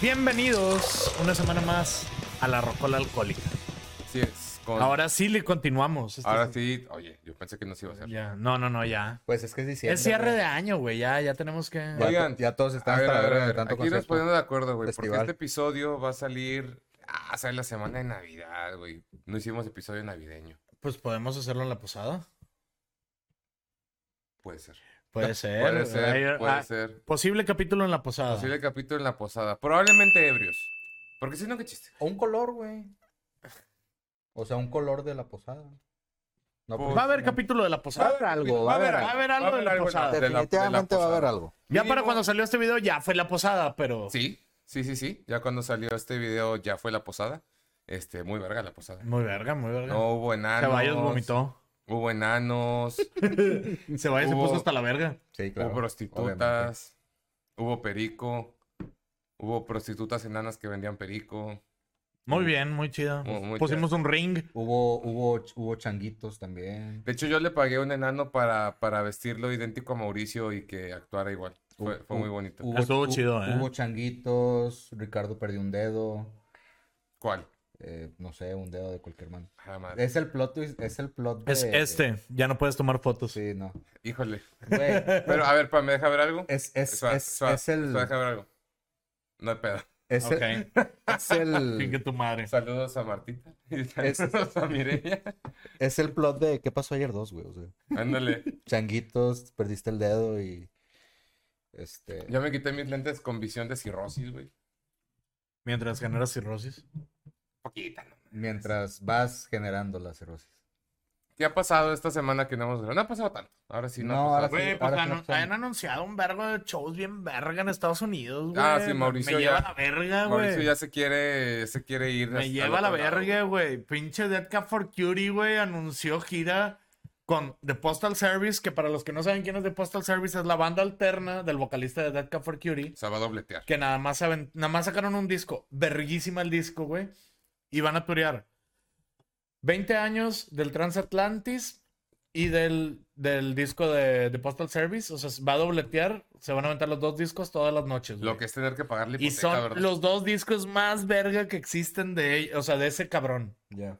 Bienvenidos una semana más a la Rocola Alcohólica. Así es. con- Ahora sí le continuamos. Este ahora es- sí, oye, yo pensé que no se iba a hacer. Ya. No, no, no, ya. Pues es que es diciembre. Es cierre güey. de año, güey. Ya, ya tenemos que. Ya, Oigan, ya todos están A ver, hasta a la ver, verga a de ver, tanto Aquí nos concierto. poniendo de acuerdo, güey, porque Festival. este episodio va a salir. Ah, sale la semana de Navidad, güey. No hicimos episodio navideño. Pues podemos hacerlo en la posada. Puede ser. Puede ser. Puede ser, Ay, puede ah, ser. Posible capítulo en la posada. Posible capítulo en la posada. Probablemente ebrios. Porque si no, qué chiste. O un color, güey. O sea, un color de la posada. No, Pues, Va a haber capítulo de la posada. algo, va a haber Va a haber algo de la posada. de la- de la Definitivamente va a haber posada. algo. Ya Mínimo- para cuando salió este video ya fue la posada, pero. Sí, sí, sí, sí. Ya cuando salió este video ya fue la posada. Este, muy verga la posada. Muy verga, muy verga. No hubo enanos. Ceballos vomitó. Hubo enanos, Ceballos se Hubo- puso hasta la verga. Sí, hubo prostitutas, hubo perico, hubo prostitutas enanas que vendían perico. Mm. Muy bien, muy chido. Muy- muy Pusimos un ring. Hubo, hubo, hubo changuitos también. De hecho, yo le pagué a un enano para, para vestirlo idéntico a Mauricio y que actuara igual. Fue, Hu- fue hu- muy bonito. Hubo, Estuvo hu- chido, ¿eh? Hubo changuitos, Ricardo perdió un dedo, ¿Cuál? eh, no sé, un dedo de cualquier mano. Ah, madre. Es el plot twist, es el plot de... Es este. Ya no puedes tomar fotos. Sí, no. Híjole. Güey, Pero, a ver, pa, ¿me deja ver algo? es, es, Suave, es, suave, es el... suave, deja ver algo. No hay pedo. Es el... Ok. Es el... Chingue tu madre. Saludos a Martita. Y Es- saludos a Mireia. Es el plot de ¿Qué pasó ayer dos, güey? O sea, Ándale. changuitos, perdiste el dedo y. Este. Yo me quité mis lentes con visión de cirrosis, güey. Mientras generas cirrosis. Poquita, ¿no? Mientras vas generando la cirrosis. ¿Qué ha pasado esta semana que no hemos grabado? No ha pasado tanto. Ahora Ah, sí no, No, ha pasado. ahora Güey, sí, pues ahora anu- sí no han son. anunciado un vergo de shows bien verga en Estados Unidos, güey. Ah, sí, Me- Mauricio Me ya- lleva a la verga, Mauricio Ah, güey. ya se quiere, se quiere ir. Me hasta lleva a el la otro lado, verga, güey. Pinche Dead Cat for Cutie, güey, anunció gira con The Postal Service, que para los que no saben quién es The Postal Service, es la banda alterna del vocalista de Dead Cat for Cutie. güey. Se va a dobletear. que nada más, aven- nada más sacaron un disco, verguísima el disco, güey, y van a turear 20 años del Transatlantis y del, del disco de, de Postal Service, o sea, va a dobletear, se van a aventar los dos discos todas las noches, güey. Lo que es tener que pagarle y hipoteca, son ¿verdad? los dos discos más verga que existen de, ell- o sea, de ese cabrón. Ya.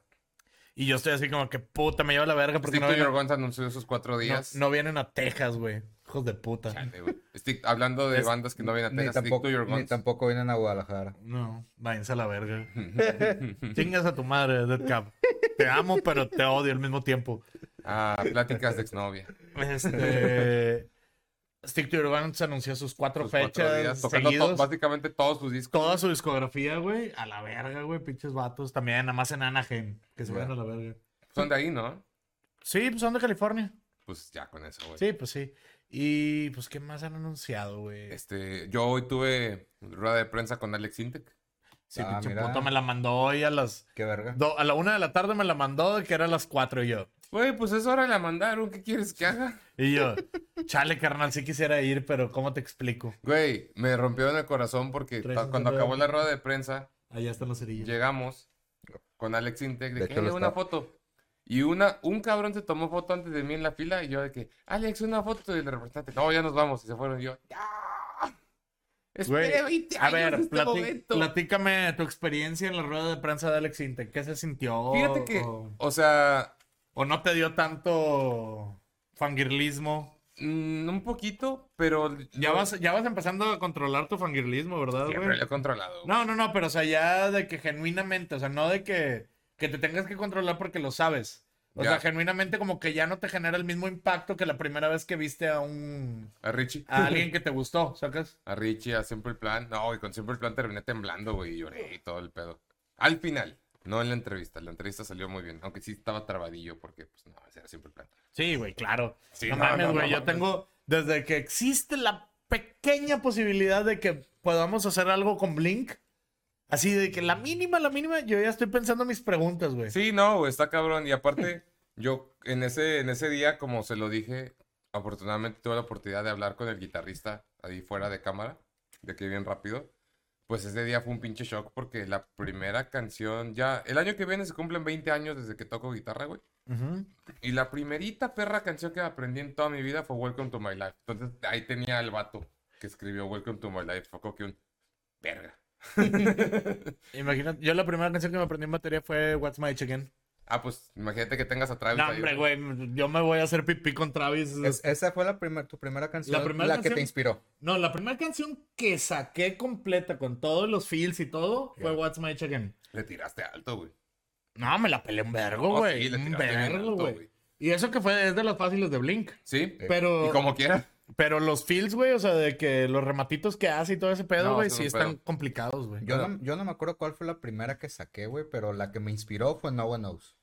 Y yo estoy así como que puta, me lleva la verga porque Stick no to vienen, Your Guns anunció esos cuatro no, días. no vienen a Texas, güey. Hijos de puta. Chale, güey. Stick- hablando de Es- bandas que no vienen a Ni Texas, Stick tampoco, to Your ni Guns. tampoco vienen a Guadalajara. No, váyanse a la verga. Chingas a tu madre, Dead Cap. Te amo, pero te odio al mismo tiempo. Ah, pláticas de exnovia. Este. Stick to Your Guns anunció sus cuatro Los fechas cuatro días, tocando to- seguidos. básicamente todos sus discos. toda su discografía, güey. A la verga, güey. Pinches vatos. También, nada más en Anaheim. Que se Ya. vayan a la verga. Son de ahí, ¿no? Sí, pues son de California. Pues ya con eso, güey. Sí, pues sí. Y pues, ¿qué más han anunciado, güey? Este, yo hoy tuve rueda de prensa con Alex Intec. Sí, Ah, pinche mira. puto me la mandó hoy a las. Qué verga. do- a la una de la tarde me la mandó, de que era a las cuatro y yo. Güey, pues es hora de la mandaron. ¿Qué quieres que haga? Y yo, chale, carnal, sí quisiera ir, pero ¿cómo te explico? Güey, me rompió en el corazón porque Tres ta- en cuando rueda. acabó la rueda de prensa, Allá están los cerillos. llegamos con Alex Intec de, De que hecho, "Hey, lo una estaba- foto. Y una, un cabrón se tomó foto antes de mí en la fila y yo de que, Alex, una foto del representante. No, ya nos vamos. Y se fueron y yo. "Ah, Esperé 20 A años ver, este platí- momento". platícame tu experiencia en la rueda de prensa de Alex Intec. ¿Qué se sintió? Fíjate que, O, o sea, o no te dio tanto fangirlismo? mm, un poquito, pero Ya lo- vas, ya vas empezando a controlar tu fangirlismo, ¿verdad, siempre güey? lo he controlado. No, no, no, pero o sea, ya de que genuinamente, o sea, no de que, que te tengas que controlar porque lo sabes. O Ya. sea, genuinamente como que ya no te genera el mismo impacto que la primera vez que viste a un... A Richie. a alguien que te gustó, ¿sacas? A Richie, a Simple Plan. No, y con Simple Plan terminé temblando, güey, y lloré y todo el pedo. Al final, no en la entrevista. La entrevista salió muy bien, aunque sí estaba trabadillo porque, pues, no, ese era Simple Plan. Sí, güey, claro. Sí, no, no, mames, no, güey. no yo mames. tengo, desde que existe la pequeña posibilidad de que podamos hacer algo con Blink, así de que la mínima, la mínima, yo ya estoy pensando mis preguntas, güey. Sí, no, güey, está cabrón. Y aparte, yo en ese, en ese día, como se lo dije, afortunadamente tuve la oportunidad de hablar con el guitarrista ahí fuera de cámara, de que bien rápido. Pues ese día fue un pinche shock porque la primera canción ya... El año que viene se cumplen 20 años desde que toco guitarra, güey. Ujú. Y la primerita perra canción que aprendí en toda mi vida fue Welcome to My Life. Entonces ahí tenía al vato que escribió Welcome to My Life. Fue como que un verga. Imagínate, yo la primera canción que me aprendí en batería fue What's My Chicken. Ah, pues imagínate que tengas a Travis No, ahí, hombre, güey. güey, yo me voy a hacer pipí con Travis. Es- esa fue la primer- tu primera canción. La, primera que canción? te inspiró. No, la primera canción que saqué completa con todos los feels y todo fue Ya. What's My Chicken. Le tiraste alto, güey. No, me la pelé un vergo, Oh, güey. sí, le un tiraste bien vergo, alto, güey. güey. Y eso que fue es de las fáciles de Blink. Sí. Pero, Eh, Y como quiera. pero los feels, güey, o sea, de que los rematitos que hace y todo ese pedo, No, güey, eso sí es un están pedo. complicados, güey. Yo no, yo no me acuerdo cuál fue la primera que saqué, güey, pero la que me inspiró fue No One Knows.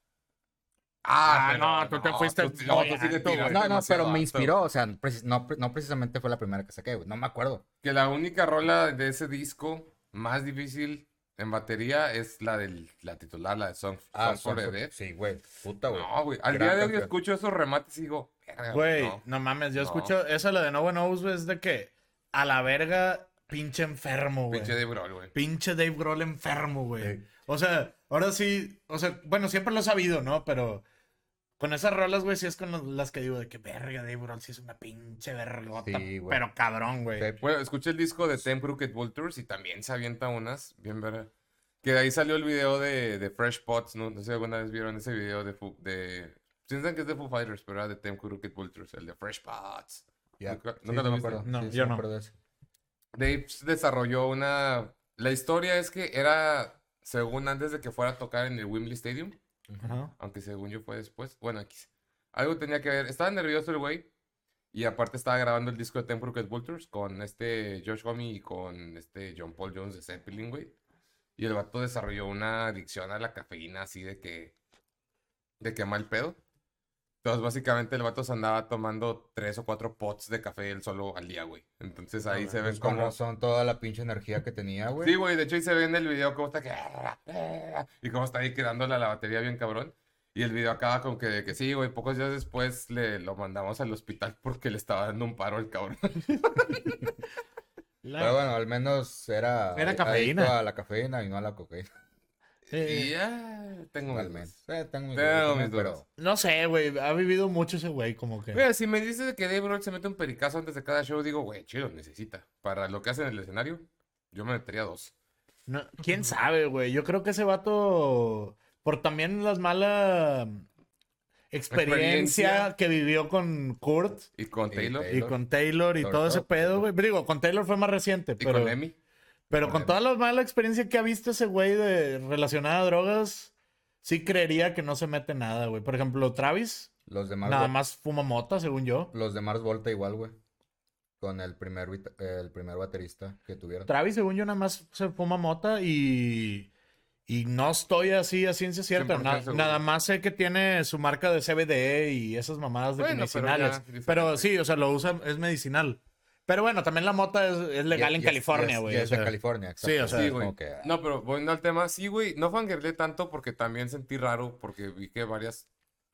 Ah, pero no, tú te fuiste tú- no, muy tú sí le alto, güey. tiraste No, no, demasiado pero me alto. inspiró, o sea, precis- no, pre- no precisamente fue la primera que saqué, güey, no me acuerdo. Que la única rola de ese disco más difícil en batería es la del la titular, la de Song, Ah, Song for the Dead. Ah, Sí, güey, puta, güey. No, güey. Al Gran día de hoy canción. escucho esos remates y digo, "Verga, Güey, no. no". mames, yo No. escucho eso, la de No One Knows, güey, es de que a la verga, pinche enfermo, güey. Pinche Eh. de Grohl, güey. Pinche Dave Grohl enfermo, güey. Sí. O sea, ahora sí, o sea, bueno, siempre lo he sabido, ¿no? Pero con esas rolas, güey, sí es con las- las que digo de que verga, Dave Grohl sí es una pinche vergota, Sí, güey. pero cabrón, güey. Sí. Bueno, escuché el disco de Ten Crooked Vultures y también se avienta unas, bien verga. Que de ahí salió el video de, de Fresh Pots, ¿no? No sé si alguna vez vieron ese video de... Fu- de... Piensan que es de Foo Fighters, pero era de Ten Crooked Vultures, el de Fresh Pots. Ya, Nunca- sí, nunca lo me viste. acuerdo, No, sí, sí yo me no. acuerdo de eso. Dave desarrolló una... La historia es que era, según antes de que fuera a tocar en el Wembley Stadium, Ajá. aunque según yo fue después. Bueno, aquí sí. algo tenía que ver. Estaba nervioso el güey. Y aparte estaba grabando el disco de Ten Crooked Vultures con este Josh Homme y con este John Paul Jones de Zeppelin, güey. Y el vato desarrolló una adicción a la cafeína así de que... De que mal pedo. Entonces, básicamente, el vato se andaba tomando tres o cuatro pots de café él solo al día, güey. Entonces, ahí se ven Pues con como... razón toda la pinche energía que tenía, güey. Sí, güey, de hecho ahí se ve en el video cómo está que... Y cómo está ahí quedándole a la batería bien cabrón. Y el video acaba con que, de que sí, güey, pocos días después le lo mandamos al hospital porque le estaba dando un paro al cabrón. La- Pero bueno, al menos era... Era adicto cafeína. A la cafeína y no a la cocaína. eh, Y ya, tengo mis Realmente. dudas. Eh, tengo mis Tengo dudas mis también, dudas. pero... no sé, güey, ha vivido mucho ese güey, como que. Mira, si me dices que Dave Grohl se mete un pericazo antes de cada show, digo, güey, chido, necesita. Para lo que hace en el escenario, yo me metería dos. No, ¿Quién sabe, güey? Yo creo que ese vato, por también las malas experiencia Experiencia. que vivió con Kurt Y con Y Taylor. y con Taylor y Sobre todo ese todo con pedo, güey. Digo, con Taylor fue más reciente, Y pero con Lemmy. pero con con Lemmy. toda la mala experiencia que ha visto ese güey de relacionada a drogas, sí creería que no se mete nada, güey. Por ejemplo, Travis Los demás... nada güey, más fuma mota, según yo. Los de Mars Volta igual, güey. Con el primer, vita- el primer baterista que tuvieron. Travis, según yo, nada más se fuma mota y. Y no estoy así a ciencia cierta. 100% na- seguro. nada más sé que tiene su marca de CBD y esas mamadas de Bueno, pero ya medicinales. Pero, diferente. sí, o sea, lo usa, es medicinal. Pero bueno, también la mota es, es legal Y- en y es- y California, es- güey. y o es de sea. California, Sí, exacto. o sea, Sí, es güey. como que, ah, No, pero volviendo al tema, sí, güey, no fanguerle tanto porque también sentí raro porque vi que varias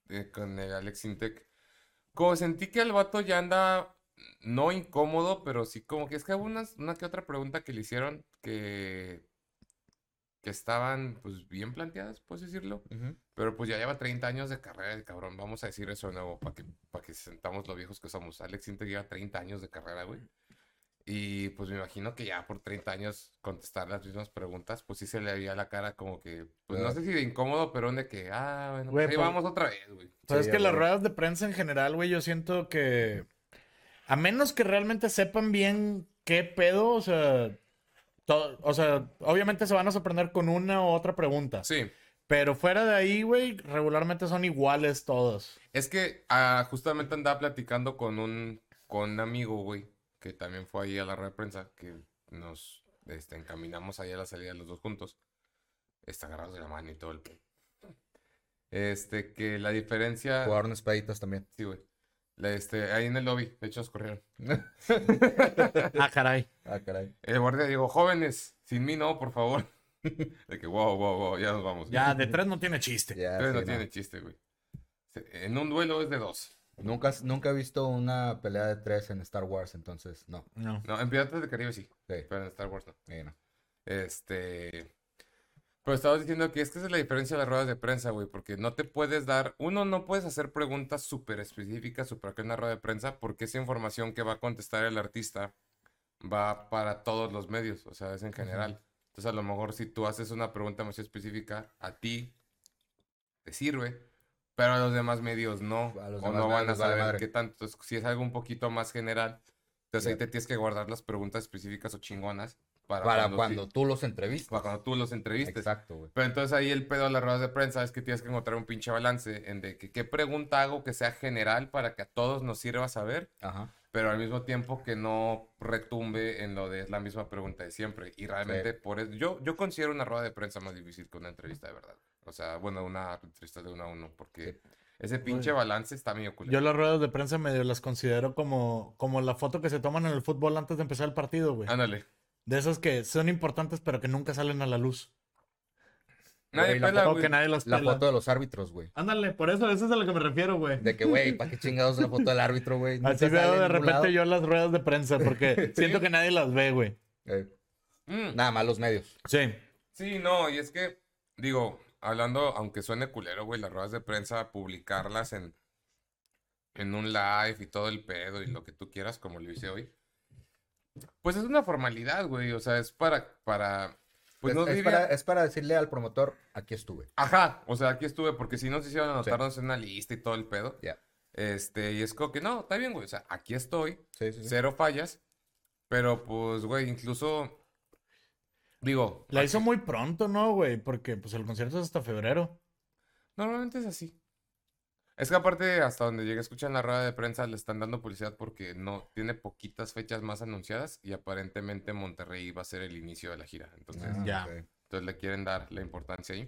eh, con el Alex Intec. Como sentí que el vato ya anda no incómodo, pero sí como que es que hubo unas- una que otra pregunta que le hicieron que que estaban pues bien planteadas, puedes decirlo. ujú. Pero pues ya lleva 30 años de carrera el cabrón. Vamos a decir eso de nuevo para que, para que sentamos lo viejos que somos. Alex Sintek lleva 30 años de carrera, güey. Y pues me imagino que ya por 30 años contestar las mismas preguntas, pues sí se le veía la cara como que, pues no Ah. sé si de incómodo, pero de que, ah, bueno, Güey, pues ahí pues- vamos otra vez, güey. Pues es Sí, que las güey. ruedas de prensa en general, güey, yo siento que. A menos que realmente sepan bien qué pedo, o sea. to- o sea, obviamente se van a sorprender con una u otra pregunta. Sí, Pero fuera de ahí, güey, regularmente son iguales todos. es que ah, justamente andaba platicando con un, con un amigo, güey, que también fue ahí a la red de prensa, que nos este, encaminamos ahí a la salida los dos juntos. Está agarrados de la mano y todo el pe- Este, que la diferencia. Jugaron espaditas también. Sí, güey. La, este, ahí en el lobby, de hecho nos corrieron. Ah, caray. ah, caray. El guardia dijo, jóvenes, sin mí no, por favor. De que, wow, wow, wow, ya nos vamos. Ya, de tres no tiene chiste. Ya, Entonces sí, no no. tiene chiste, güey. Se- En un duelo es de dos. Nunca, has- nunca he visto una pelea de tres en Star Wars, entonces no. No. No, en Piratas del Caribe sí, Sí, pero en Star Wars no. sí, no. Este. Pero estabas diciendo que es que esa es la diferencia de las ruedas de prensa, güey, porque no te puedes dar. Uno, no puedes hacer preguntas súper específicas, súper acá en una rueda de prensa, porque esa información que va a contestar el artista va para todos los medios, o sea, es en general. Entonces, a lo mejor si tú haces una pregunta más específica, a ti te sirve, pero a los demás medios no. A los o demás no van a medios les vale saber madre. qué tanto. Entonces, si es algo un poquito más general, entonces ahí te tienes que guardar las preguntas específicas o chingonas para, Para sí- cuando tú los entrevistas. para cuando tú los entrevistes. Exacto, güey. Pero entonces ahí el pedo de las ruedas de prensa es que tienes que encontrar un pinche balance en de que qué pregunta hago que sea general para que a todos nos sirva saber, Ajá. pero al mismo tiempo que no retumbe en lo de es la misma pregunta de siempre. Y realmente por eso, yo, yo considero una rueda de prensa más difícil que una entrevista de verdad. O sea, bueno, una entrevista de uno a uno, porque ese pinche balance está medio culero. Yo las ruedas de prensa medio las considero como, como la foto que se toman en el fútbol antes de empezar el partido, Ah. güey. Ándale. De esas que son importantes pero que nunca salen a la luz. Nadie Güey, la pela, o güey. que nadie las La pela. foto de los árbitros, güey. Ándale, por eso, eso es a lo que me refiero, güey. De que, güey, ¿para qué chingados la foto del árbitro, güey? Nunca Así sale veo en de ningún repente lado. yo las ruedas de prensa porque siento que nadie las ve, güey. Eh, Mm. nada más los medios. Sí. Sí, no, y es que, digo, hablando, aunque suene culero, güey, las ruedas de prensa, publicarlas en, en un live y todo el pedo y lo que tú quieras, como lo hice hoy, pues es una formalidad, güey, o sea, es para, para, pues es, no es diría- para, es para decirle al promotor, aquí estuve. Ajá, o sea, aquí estuve, porque si nos hicieron Sí. anotarnos en una lista y todo el pedo, Ya. este, y es como que, no, está bien, güey, o sea, aquí estoy, Sí, sí, sí. cero fallas, pero pues, güey, incluso, digo, La hizo muy pronto, ¿no, güey? Porque pues el concierto es hasta febrero. Normalmente es así. Es que aparte, hasta donde llegué, escuchan la rueda de prensa, le están dando publicidad porque no tiene poquitas fechas más anunciadas y aparentemente Monterrey va a ser el inicio de la gira. Entonces, Ah, Ya. ok. entonces le quieren dar la importancia ahí.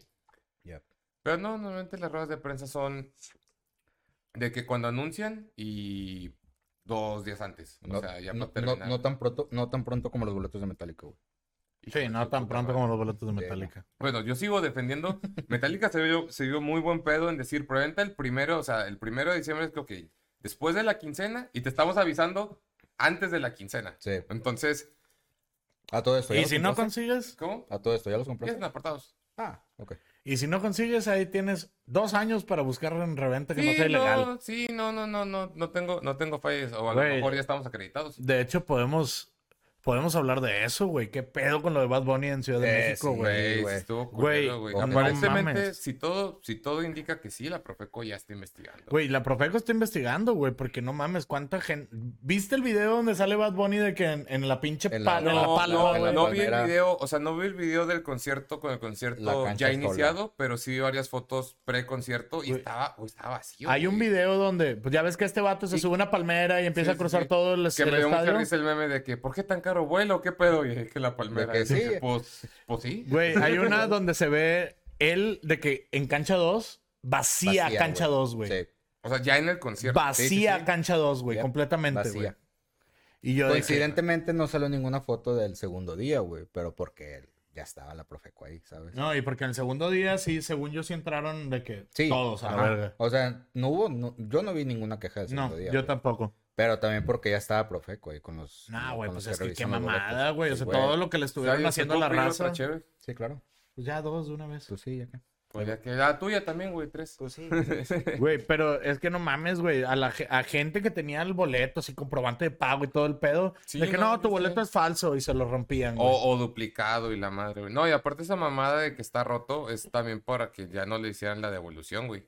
Ya. Pero no, normalmente las ruedas de prensa son de que cuando anuncian y dos días antes. O No, sea, ya no- para terminar. no- no tan pronto, no tan pronto como los boletos de Metallica, güey. Hijo de Sí, no su tan puta pronto madre. como los boletos de Sí, no. Metallica. Bueno, yo sigo defendiendo. Metallica se vio, se vio muy buen pedo en decir, preventa el primero, o sea, el primero de diciembre es que, ok, después de la quincena y te estamos avisando antes de la quincena. Sí. Entonces, A todo esto. ¿ya Y los si no compraste? consigues, ¿cómo? A todo esto, ¿ya los Ya están compraste? apartados. Ah, ok. y si no consigues, ahí tienes dos años para buscar en reventa que no Sí, sea ilegal. no, sí, no, no, no, no, no tengo, no tengo fallas. O a Güey. lo mejor ya estamos acreditados. De hecho, podemos, podemos hablar de eso, güey. ¿Qué pedo con lo de Bad Bunny en Ciudad de Eh, México, sí, güey? Güey, sí güey. estuvo Güey, culero, güey. no Aparentemente, mames. si todo, si todo indica que sí, la Profeco ya está investigando. Güey, la Profeco está investigando, güey, porque no mames, cuánta gente. ¿Viste el video donde sale Bad Bunny de que en, en la pinche En la- pala, en la No, pala, no, güey? no vi el palmera. video, o sea, no vi el video del concierto con el La concierto cancha ya sola. iniciado, pero sí vi varias fotos pre-concierto y Güey. estaba, güey, estaba vacío. Hay un güey. video donde, pues ya ves que este vato se Sí. sube a una palmera y empieza Sí, a sí, cruzar sí. todo el, Que el me dio mucha estadio. risa el meme de que, ¿por qué tan caro vuelo? ¿Qué pedo? Y es que la palmera. que y dije, sí. Pues, pues sí. Güey, hay una donde se ve él de que en cancha 2, vacía, Vacía, cancha 2, güey. Sí, O sea, ya en el concierto. Vacía sí. cancha 2, güey, Ya, completamente, güey. vacía. Y yo de que- Coincidentemente no salió ninguna foto del segundo día, güey, pero porque ya estaba la Profeco ahí, ¿sabes? No, y porque en el segundo día sí, según yo sí entraron de que Sí. todos a la ajá. verga. O sea, no hubo, no- yo no vi ninguna queja del No, segundo día. yo güey. tampoco. Pero también porque ya estaba Profeco ahí con los. eh, No, con güey, los pues es que qué revisan los boletos. mamada, güey. O Sí, sea, todo lo que le O sea, estuvieron yo haciendo a soy la tú, pero raza. está chévere. Sí, claro. Pues ya dos de una vez. Pues sí, ya que. Pues ya que la tuya también, güey, tres. Pues sí. Güey, pero es que no mames, güey. A la ge- a gente que tenía el boleto, así comprobante de pago y todo el pedo. Sí, de que no, no, tu yo sé. boleto es falso y se lo rompían. güey. O, o duplicado y la madre, güey. No, y aparte esa mamada de que está roto es también para que ya no le hicieran la devolución, güey.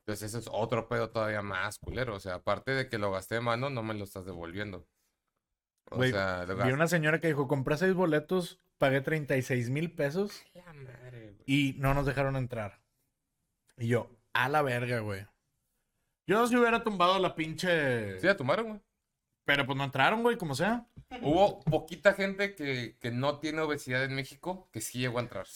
Entonces eso es otro pedo todavía más culero. O sea, aparte de que lo gasté de mano, no me lo estás devolviendo. O Güey, sea, lo Vi gasté. una señora que dijo, compré seis boletos, pagué 36 mil pesos La madre, güey. y no nos dejaron entrar. Y yo, a la verga, güey. Yo si hubiera tumbado la pinche... Sí, ya tomaron, güey. Pero pues no entraron, güey, como sea. Hubo poquita gente que, que no tiene obesidad en México que sí llegó a entrar.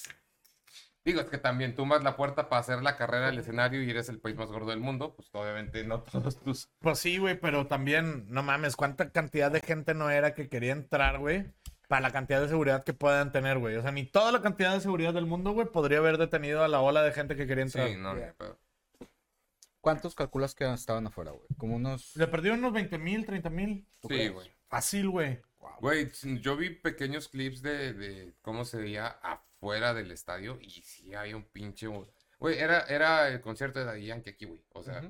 Digo, es que también tumbas la puerta para hacer la carrera al escenario y eres el país más gordo del mundo. Pues obviamente no todos tus Pues sí, güey, pero también, no mames, cuánta cantidad de gente no era que quería entrar, güey, para la cantidad de seguridad que puedan tener, güey. O sea, ni toda la cantidad de seguridad del mundo, güey, podría haber detenido a la ola de gente que quería entrar. Sí, no, ni de pedo. ¿Cuántos calculas que estaban afuera, güey? Como unos. Le perdieron unos 20 mil, 30 mil. Sí, güey. Fácil, güey. Güey, s- yo vi pequeños clips de, de cómo se veía afuera del estadio y sí había un pinche... mu- Güey, era, era el concierto de Daddy Yankee aquí, güey. O sea,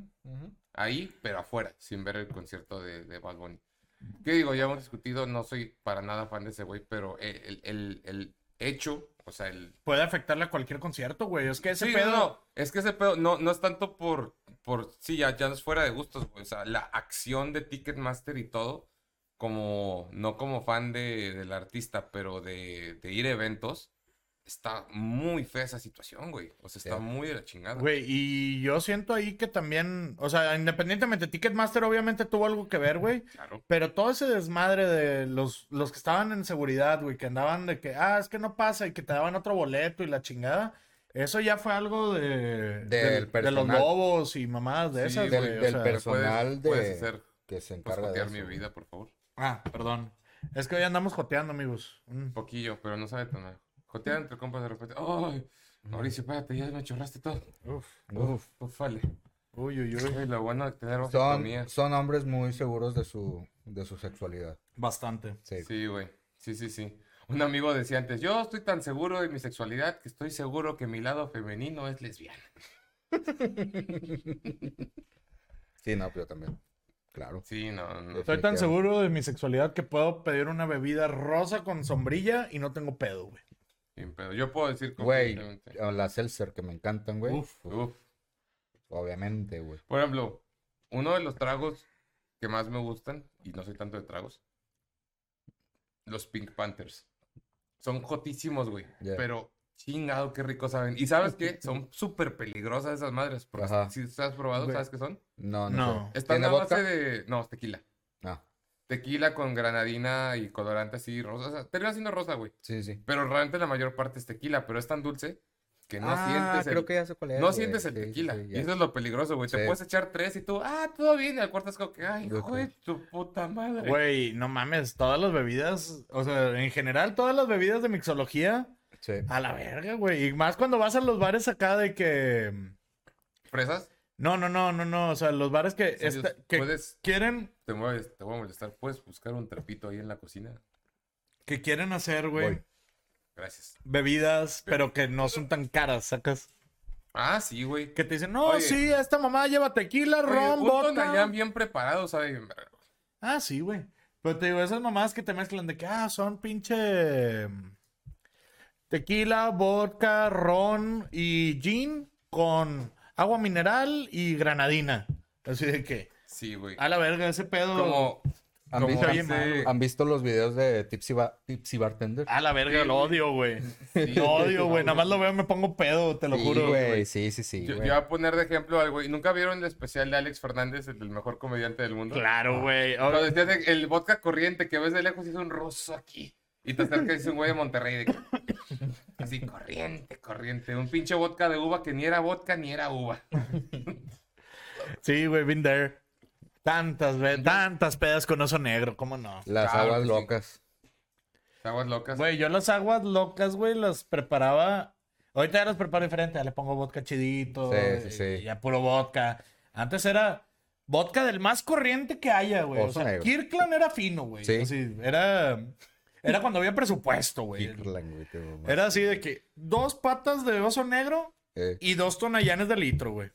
ahí, pero afuera, sin ver el concierto de, de Bad Bunny. ¿Qué digo? Ya hemos discutido, no soy para nada fan de ese güey, pero el, el, el, el- hecho, o sea, el... Puede afectarle a cualquier concierto, güey. Es que ese Sí, no, pedo. no, es que ese pedo no, no es tanto por, por, sí, ya, ya no es fuera de gustos, güey, o sea, la acción de Ticketmaster y todo, como, no como fan de, del artista, pero de, de ir a eventos, está muy fea esa situación, güey, o sea, está Sí. muy de la chingada. Güey, y yo siento ahí que también, o sea, independientemente, Ticketmaster obviamente tuvo algo que ver, güey. Claro. Pero todo ese desmadre de los, los que estaban en seguridad, güey, que andaban de que, ah, es que no pasa y que te daban otro boleto y la chingada. Eso ya fue algo de, de, Del de los personal. lobos y mamadas de Sí, esas, del- güey. o del sea. perso- Puedes- Personal de- puedes hacer, Que se puedes encarga de jotear eso, mi güey. vida, por favor. Ah, perdón. Es que hoy andamos joteando, amigos. Mm. Un poquillo, pero no sabe tan mal. Jotear entre compas de repente, ¡ay! Mauricio, espérate, ya me chorraste todo. Uf. Uf. Uf, vale. Uy, uy, uy. Uy, lo bueno de tener vasectomía. Son, son hombres muy seguros de su, de su sexualidad. Bastante. Sí. Sí, güey. Sí, sí, sí. Un amigo decía antes, yo estoy tan seguro de mi sexualidad que estoy seguro que mi lado femenino es lesbiana. Sí, no, pero también. Claro. Sí, no, no. Estoy tan Definitivamente. seguro de mi sexualidad que puedo pedir una bebida rosa con sombrilla y no tengo pedo, güey. sin pedo. Yo puedo decir Güey, completamente. o las seltzer que me encantan, güey. Uf. pues, Uf. Obviamente, güey. Por ejemplo, uno de los tragos que más me gustan, y no soy tanto de tragos, los Pink Panthers. Son jotísimos, güey. Ya. Pero chingado, qué rico saben. Y sabes qué? Son súper peligrosas esas madres. porque Ajá. Si las has probado, Güey. ¿sabes qué son? No, No. no. sé. Están ¿Tiene a vodka? Ah, base de. No, es tequila. No. Tequila con granadina y colorante así rosa. O sea, termina siendo rosa, güey. Sí, sí. Pero realmente la mayor parte es tequila, pero es tan dulce que no ah, sientes el, creo que ya sé cuál es, no güey. sientes el Sí, sí, tequila. sí, y ya. eso es lo peligroso, güey. Te Sí. puedes echar tres y tú, ah, todo bien. Y al cuarto es como que, ay, Yo hijo de tu puta madre. Güey, no mames, todas las bebidas, o sea, en general, todas las bebidas de mixología, Sí. a la verga, güey. Y más cuando vas a los bares acá de que. ¿Fresas? No, no, no, no, no. O sea, los bares que, Sí, esta- Dios, que Puedes, quieren, te voy, a, te voy a molestar. ¿Puedes buscar un trapito ahí en la cocina? que quieren hacer, güey, Voy. Gracias. bebidas, pero que no son tan caras, sacas. Ah, sí, güey. Que te dicen, no, Oye. sí, esta mamá lleva tequila, Oye, ron, un vodka. Tonayán bien preparado, ¿sabes? Ah, sí, güey. Pero te digo, esas mamás que te mezclan de que, ah, son pinche mm, tequila, vodka, ron y gin con agua mineral y granadina. Así de que, Sí, güey. Ah, a la verga, ese pedo. Como, ¿Han como visto, oye, hace- mano. han visto los videos de Tipsy, Ba- Tipsy Bartender? Ah, A la verga, Sí, lo güey. odio, güey. Sí, Lo odio, güey. Nada no, más lo veo y me pongo pedo, te lo Sí, juro. güey. Sí, sí, sí. Yo, yo güey. voy a poner de ejemplo algo. ¿Y nunca vieron el especial de Alex Fernández, el del mejor comediante del mundo? Claro, güey. Ahora- Cuando decía de- el vodka corriente que ves de lejos y es un ruso aquí. Y te acercas y es un güey de Monterrey. de que- Así, corriente, corriente. Un pinche vodka de uva que ni era vodka ni era uva. Sí, güey, been there. Tantas, ve- tantas pedas con oso negro, ¿cómo no? Las Claro aguas que sí. locas. Aguas locas. Güey, yo las aguas locas, güey, las preparaba. Ahorita ya las preparo diferente, ya le pongo vodka chidito. Sí, sí, y- sí. y Ya puro vodka. Antes era vodka del más corriente que haya, güey. O Oso sea, negro. Kirkland era fino, güey. Sí. O sea, era, era cuando había presupuesto, güey. Kirkland, güey, te mamaste. Era así de que dos patas de oso negro Eh, y dos tonallanes de litro, güey.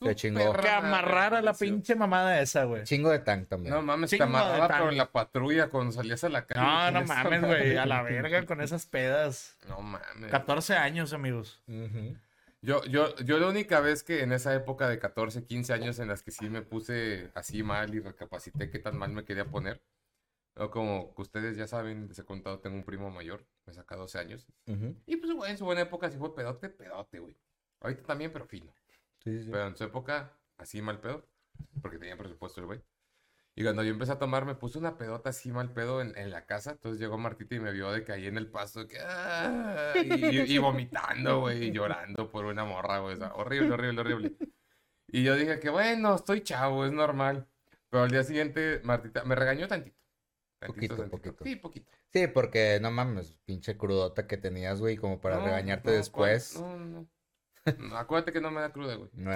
Qué Su chingón. perra Que madre, amarrara la delicioso. pinche mamada esa, güey. Chingo de tank también. No mames, te Chingo de amarraba tan- pero en la patrulla cuando salías a la calle. No, con no esa mames, madre. güey. A la verga con esas pedas. No mames. 14 años, amigos. Ujú. Yo, yo, yo la única vez que en esa época de 14, 15 años en las que sí me puse así mal y recapacité qué tan mal me quería poner, ¿no? como que ustedes ya saben, les he contado, tengo un primo mayor, me saca 12 años. Ujú. Y pues, güey, en su buena época sí fue pedote, pedote, güey. Ahorita también, pero fino. Sí, sí, sí. Pero en su época, así mal pedo, porque tenía presupuesto el güey. Y cuando yo empecé a tomar, me puse una pedota así mal pedo en, en la casa. Entonces llegó Martita y me vio de que ahí en el pasto, que, "Ah", y, y vomitando, güey, y llorando por una morra, güey. o sea, horrible, horrible, horrible. Y yo dije que, bueno, estoy chavo, es normal. Pero al día siguiente, Martita me regañó tantito. Poquito, poquito. Sí, poquito. Sí, porque no mames, pinche crudota que tenías, güey, como para No, regañarte no, después. acuérdate- No, no, no. Acuérdate que no me da cruda, güey. No,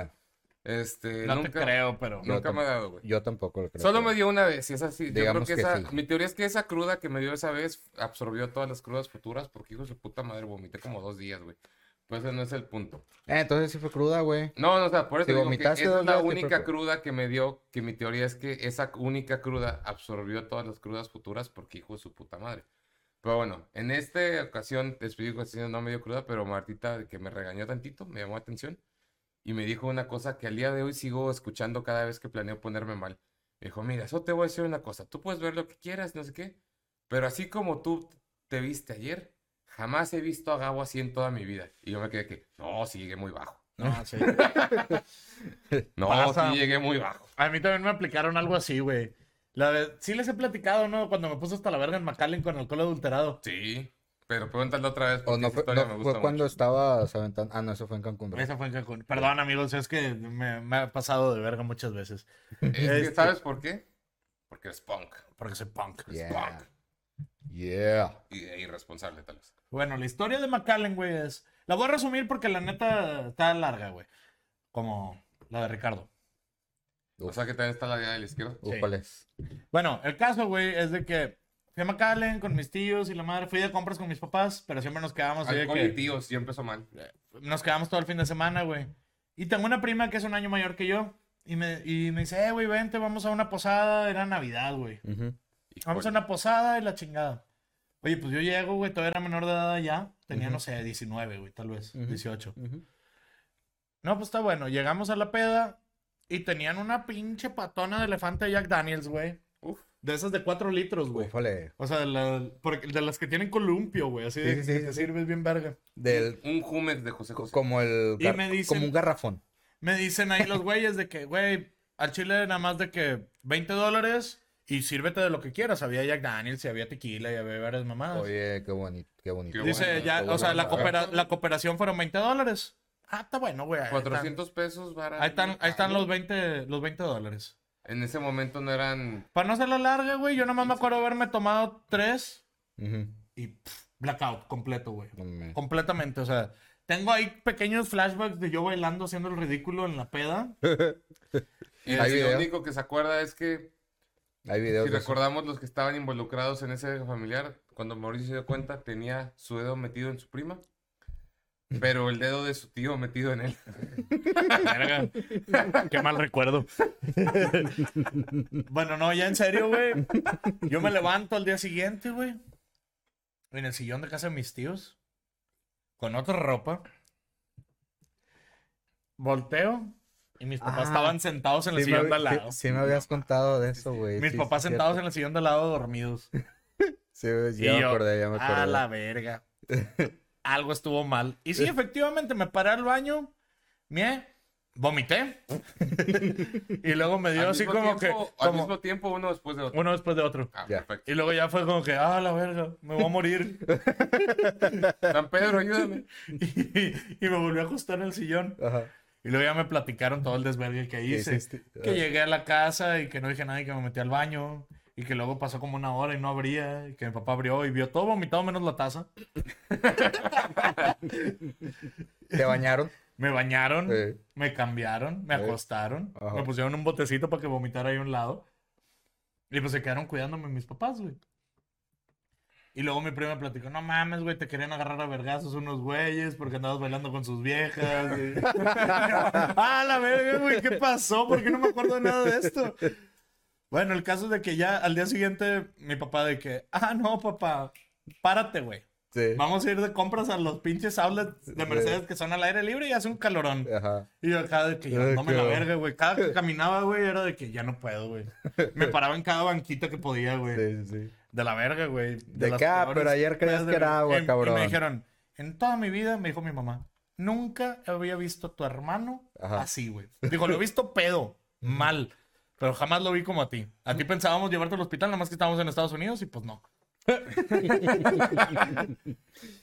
Este, No nunca, te creo, pero. No. Nunca me ha dado, güey. yo tampoco lo creo. Solo que- me dio una vez, y es así. Yo creo Digamos que, que esa, sí. mi teoría es que esa cruda que me dio esa vez absorbió todas las crudas futuras porque hijo de su puta madre vomité como dos días, güey. Pues ese no es el punto. Eh, entonces sí fue cruda, güey. No, no, o sea, por eso Si digo que esa vomitaste es dos la veces, única creo que- cruda que me dio, que mi teoría es que esa única cruda absorbió todas las crudas futuras porque hijo de su puta madre. Pero bueno, en esta ocasión, les pido que no me dio cruda, pero Martita, que me regañó tantito, me llamó la atención y me dijo una cosa que al día de hoy sigo escuchando cada vez que planeo ponerme mal. Me dijo, mira, eso te voy a decir una cosa, tú puedes ver lo que quieras, no sé qué, pero así como tú te viste ayer, jamás he visto a Gabo así en toda mi vida. Y yo me quedé que, no, sí llegué muy bajo. No, sí. No, Pasa. sí llegué muy bajo. A mí también me aplicaron algo así, güey. La de... Sí les he platicado, ¿no? Cuando me puse hasta la verga en McAllen con alcohol adulterado. Sí, pero pregúntalo otra vez O porque no esa fue, historia no me fue gusta cuando mucho. estabas aventando. Ah, no, eso fue en Cancún. ¿verdad? Esa fue en Cancún. Perdón, amigos, es que me, me ha pasado de verga muchas veces. Es que, Este- ¿Sabes por qué? Porque eres punk. Porque soy punk. Yeah. Punk. Yeah. Y e irresponsable, tal vez. Bueno, la historia de McAllen, güey, es. La voy a resumir porque la neta está larga, güey. Como la de Ricardo. O sea que también está la idea de la izquierda. Uh, Sí. ¿Cuál es? Bueno, el caso, güey, es de que fui a McAllen con mis tíos y la madre. Fui de compras con mis papás, pero siempre nos quedábamos. así de Oye, que- tío, sí empezó mal. nos quedamos todo el fin de semana, güey. Y tengo una prima que es un año mayor que yo. Y me, y me dice, eh, güey, vente, vamos a una posada. Era Navidad, güey. Ujú. Vamos a una posada y la chingada. Oye, pues yo llego, güey, todavía era menor de edad ya. Tenía, no sé, 19, güey, tal vez, Ujú. 18. Ujú. No, pues está bueno. Llegamos a la peda y tenían una pinche patona de elefante Jack Daniels, güey. Uf. De esas de 4 litros, güey. Ufale. O sea, de, la- porque- de las que tienen columpio, güey. Así de Sí, sí, que sí, te sí. sirves bien verga. Del, Un Jumex de José co- José. como el. Y gar- me dicen- Como un garrafón. Me dicen ahí los güeyes de que, güey, al chile nada más de que 20 dólares y sírvete de lo que quieras. Había Jack Daniels y había tequila y había varias mamadas. Oye, qué bonito. Qué bonito. Qué Dice, bueno, ya, qué o sea, bueno. la, coopera- la cooperación fueron 20 dólares. Ah, está bueno, güey. ahí están. 400 pesos barato. Ahí están, ahí están los 20, los 20 dólares. En ese momento no eran. Para no hacerla larga, güey, yo nomás me acuerdo haberme tomado tres Ujú. y pff, blackout completo, güey. No me- Completamente, o sea, tengo ahí pequeños flashbacks de yo bailando haciendo el ridículo en la peda. Y ¿Hay lo video? único que se acuerda es que, Hay videos. si de eso. recordamos los que estaban involucrados en ese familiar, cuando Mauricio se dio cuenta, tenía su dedo metido en su prima, pero el dedo de su tío metido en él. Verga. Qué mal recuerdo. bueno, no, ya en serio, güey. Yo me levanto al día siguiente, güey. En el sillón de casa de mis tíos. Con otra ropa. Volteo. Y mis papás Ah, estaban sentados en el Sí me sillón de había- al lado. sí- sí me habías contado de eso, güey. mis Sí, papás sí, sentados en el sillón de al lado dormidos. cierto. Sí, Y ya me yo, acordé, ya me acordé. A la verga. Algo estuvo mal. Y sí, efectivamente, me paré al baño, me vomité. y luego me dio Al así mismo como tiempo- que. Al como mismo tiempo, uno después de otro. Uno después de otro. Ah, Ya. perfecto. Y luego ya fue como que, ah, la verga, me voy a morir. San Pedro, ayúdame. y, y me volví a acostar en el sillón. Ajá. Y luego ya me platicaron todo el desvergue que hice. hiciste? Que llegué a la casa y que no dije nada y que me metí al baño. Y que luego pasó como una hora y no abría. Y que mi papá abrió y vio todo vomitado menos la taza. ¿Te bañaron? Eh, Me bañaron, Sí. me cambiaron, me Sí. acostaron, Ajá. me pusieron un botecito para que vomitara ahí a un lado. Y pues se quedaron cuidándome mis papás, güey. Y luego mi prima me platicó, no mames, güey, te querían agarrar a vergazos unos güeyes porque andabas bailando con sus viejas. y- ah, la verga, güey, ¿qué pasó? ¿Por qué no me acuerdo de nada de esto? Bueno, el caso es de que ya al día siguiente mi papá de que, ah, no, papá, párate, güey. Sí. Vamos a ir de compras a los pinches outlets de Mercedes que son al aire libre y hace un calorón. Ajá. Y yo cada de que yo, Ay, no me qué la horror. verga, güey. Cada que caminaba, güey, era de que ya no puedo, güey. Me paraba en cada banquita que podía, güey. Sí, sí, sí. De la verga, güey. De, De las que, ah, peores pero ayer creías pedas de que era mi- agua, Y- Y cabrón. me dijeron, en toda mi vida, me dijo mi mamá, nunca había visto a tu hermano Ajá. así, güey. Dijo, lo he visto pedo, mal. Pero jamás lo vi como a ti. A ti pensábamos llevarte al hospital, nada más que estábamos en Estados Unidos y pues no.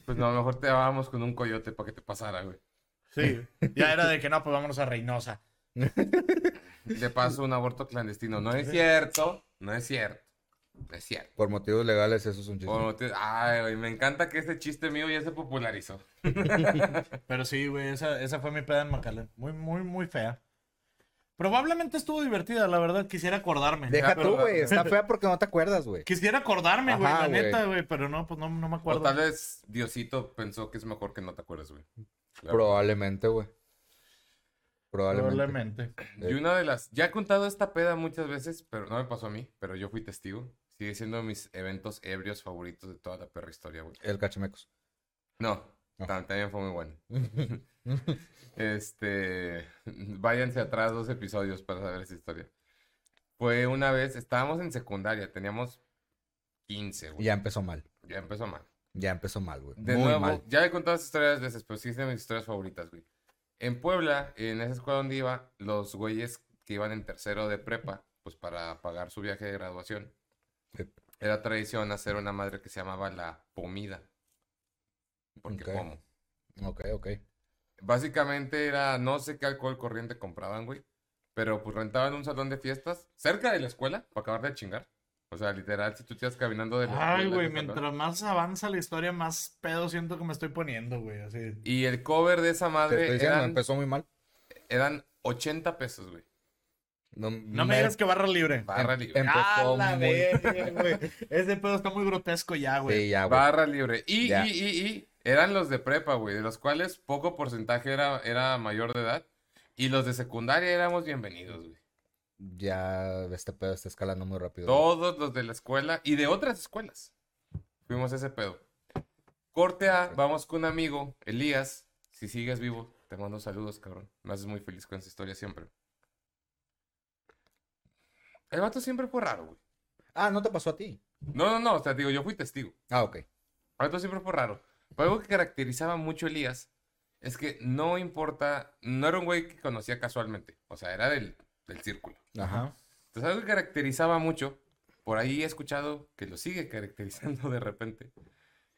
Pues no, mejor te vamos con un coyote para que te pasara, güey. Sí. Ya era de que no, pues vámonos a Reynosa. De paso, un aborto clandestino. No es cierto. No es cierto. No es cierto. Por motivos legales, eso es un chiste. Por motivos- Ay, güey, me encanta que este chiste mío ya se popularizó. Pero sí, güey, esa, esa fue mi peda en Macalén. Muy, muy, muy fea. Probablemente estuvo divertida, la verdad. Quisiera acordarme. Deja Pero- tú, güey. Está fea porque no te acuerdas, güey. Quisiera acordarme, güey, Ajá, la güey. neta, güey. Pero no, pues no, no me O tal acuerdo. vez Diosito pensó que es mejor que no te acuerdes, güey. La Probablemente, güey. Probablemente. Probablemente. Y una de las. Ya he contado esta peda muchas veces, pero no me pasó a mí, pero yo fui testigo. Sigue siendo mis eventos ebrios favoritos de toda la perra historia, güey. El cachemecos. No, No. tam- también fue muy bueno. este, váyanse atrás dos episodios para saber esa historia. Fue una vez, estábamos en secundaria, teníamos 15, güey. Ya empezó mal. Ya empezó mal. Ya empezó mal, güey. De Muy nuevo, mal. ya he contado esas historias veces, pero sí es de mis historias favoritas, güey. En Puebla, en esa escuela donde iba, los güeyes que iban en tercero de prepa, pues para pagar su viaje de graduación, Sí. era tradición hacer una madre que se llamaba la pomida. Porque Ok. como. Ok, ok. Básicamente era, no sé qué alcohol corriente compraban, güey. Pero pues rentaban un salón de fiestas cerca de la escuela para acabar de chingar. O sea, literal, si tú te ibas caminando de la Ay, escuela güey, al salón. mientras más avanza la historia, más pedo siento que me estoy poniendo, güey. Así. Y el cover de esa Te estoy madre diciendo, eran, empezó muy mal. eran 80 pesos, güey. No, No me digas que barra libre. Barra Em- libre. em- ¡Ah, empezó la muy- verga, güey! Ese pedo está muy grotesco ya, güey. Sí, ya, güey. Barra libre. Y, Ya. y, y, y eran los de prepa, güey, de los cuales poco porcentaje era, era mayor de edad. Y los de secundaria éramos bienvenidos, güey. Ya este pedo está escalando muy rápido. güey. Todos los de la escuela y de otras escuelas. Fuimos a ese pedo. Corte A, vamos con un amigo, Elías. Si sigues vivo, te mando saludos, cabrón. Me haces muy feliz con esa historia siempre. El vato siempre fue raro, güey. Ah, no te pasó a ti. No, no, no, o sea, digo, yo fui testigo. Ah, ok. El vato siempre fue raro. Pero algo que caracterizaba mucho a Elías es que no importa, no era un güey que conocía casualmente. O sea, era del, del círculo. Ajá. Entonces, algo que caracterizaba mucho, por ahí he escuchado que lo sigue caracterizando de repente,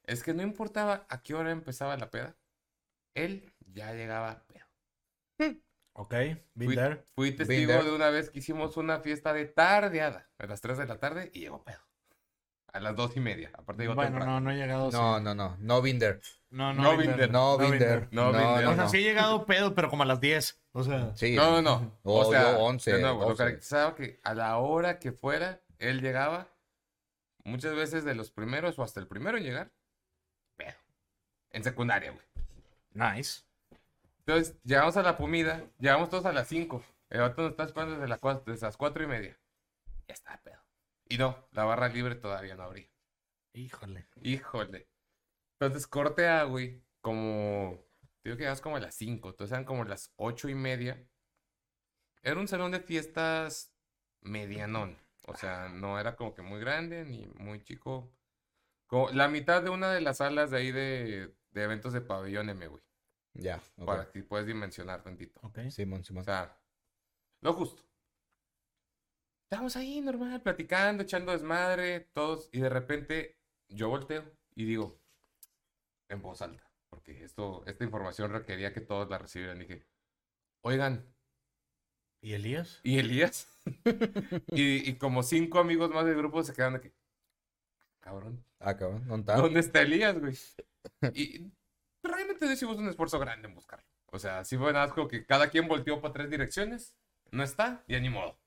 es que no importaba a qué hora empezaba la peda, él ya llegaba pedo. Ok, Fui, been there. fui testigo there. de una vez que hicimos una fiesta de tardeada, a las 3 de la tarde, y llegó pedo. A las 2 y media, aparte llegó Bueno, temprano. no, no he llegado. No, sí. no, no. No Binder. no, no been been there, there, No been Binder. there. No No, Binder. no, O sea, no. sí he llegado pedo, pero como a las 10. O sea, Sí. No, no, no. Oh, o sea, yo 11, de nuevo, lo 12. caracterizaba que a la hora que fuera, él llegaba, muchas veces de los primeros o hasta el primero en llegar, pero en secundaria, güey. nice. Entonces, llegamos a la comida, llegamos todos a las 5. El vato nos está esperando desde, la cua- desde las 4 y media. Ya está, pedo. Y no, la barra libre todavía no abría. Híjole. Híjole. Entonces, corte a, güey, como... Digo que llegamos como a las 5, entonces eran como las 8 y media. Era un salón de fiestas medianón. O sea, no era como que muy grande ni muy chico. Como la mitad de una de las salas de ahí de, de eventos de pabellón M, güey. Ya. ok. Para que puedas dimensionar tantito. Ok. Simón, O Simón. sea, lo justo. Estamos ahí normal, platicando, echando desmadre, todos. Y de repente yo volteo y digo, en voz alta, porque esto, esta información requería que todos la recibieran. Dije, oigan, ¿Y Elías? ¿y Elías? y, y como cinco amigos más del grupo se quedan de que, cabrón, Ah, cabrón. ¿Dónde está? ¿dónde está Elías, güey? Y realmente no hicimos un esfuerzo grande en buscarlo. O sea, sí fue nada más como que cada quien volteó para tres direcciones, no está, y ni modo.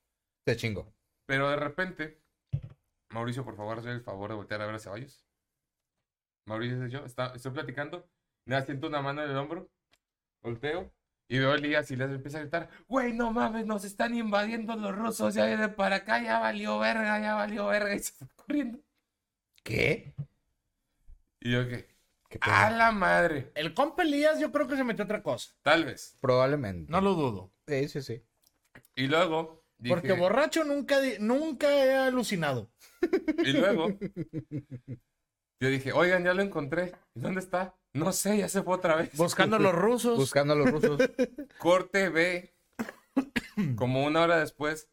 Te chingo. Pero de repente, Mauricio, por favor, hazme el favor de voltear a ver a Ceballos. Mauricio y yo, está, estoy platicando, le siento una mano en el hombro, volteo, y veo a Elías y les empieza a gritar, güey, no mames, nos están invadiendo los rusos, ya vienen para acá, ya valió verga, ya valió verga, y se fue corriendo. ¿Qué? Y yo que, ¿Qué pedo? a la madre, El compa Elías yo creo que se metió otra cosa. tal vez. Probablemente. No lo dudo. Sí, sí, sí. Y luego, dije, Porque borracho nunca, di- nunca he alucinado. y luego, yo dije, oigan, ya lo encontré, ¿y dónde está? No sé, ya se fue otra vez. Buscando a los rusos. Buscando a los rusos. Corte B. Como una hora después,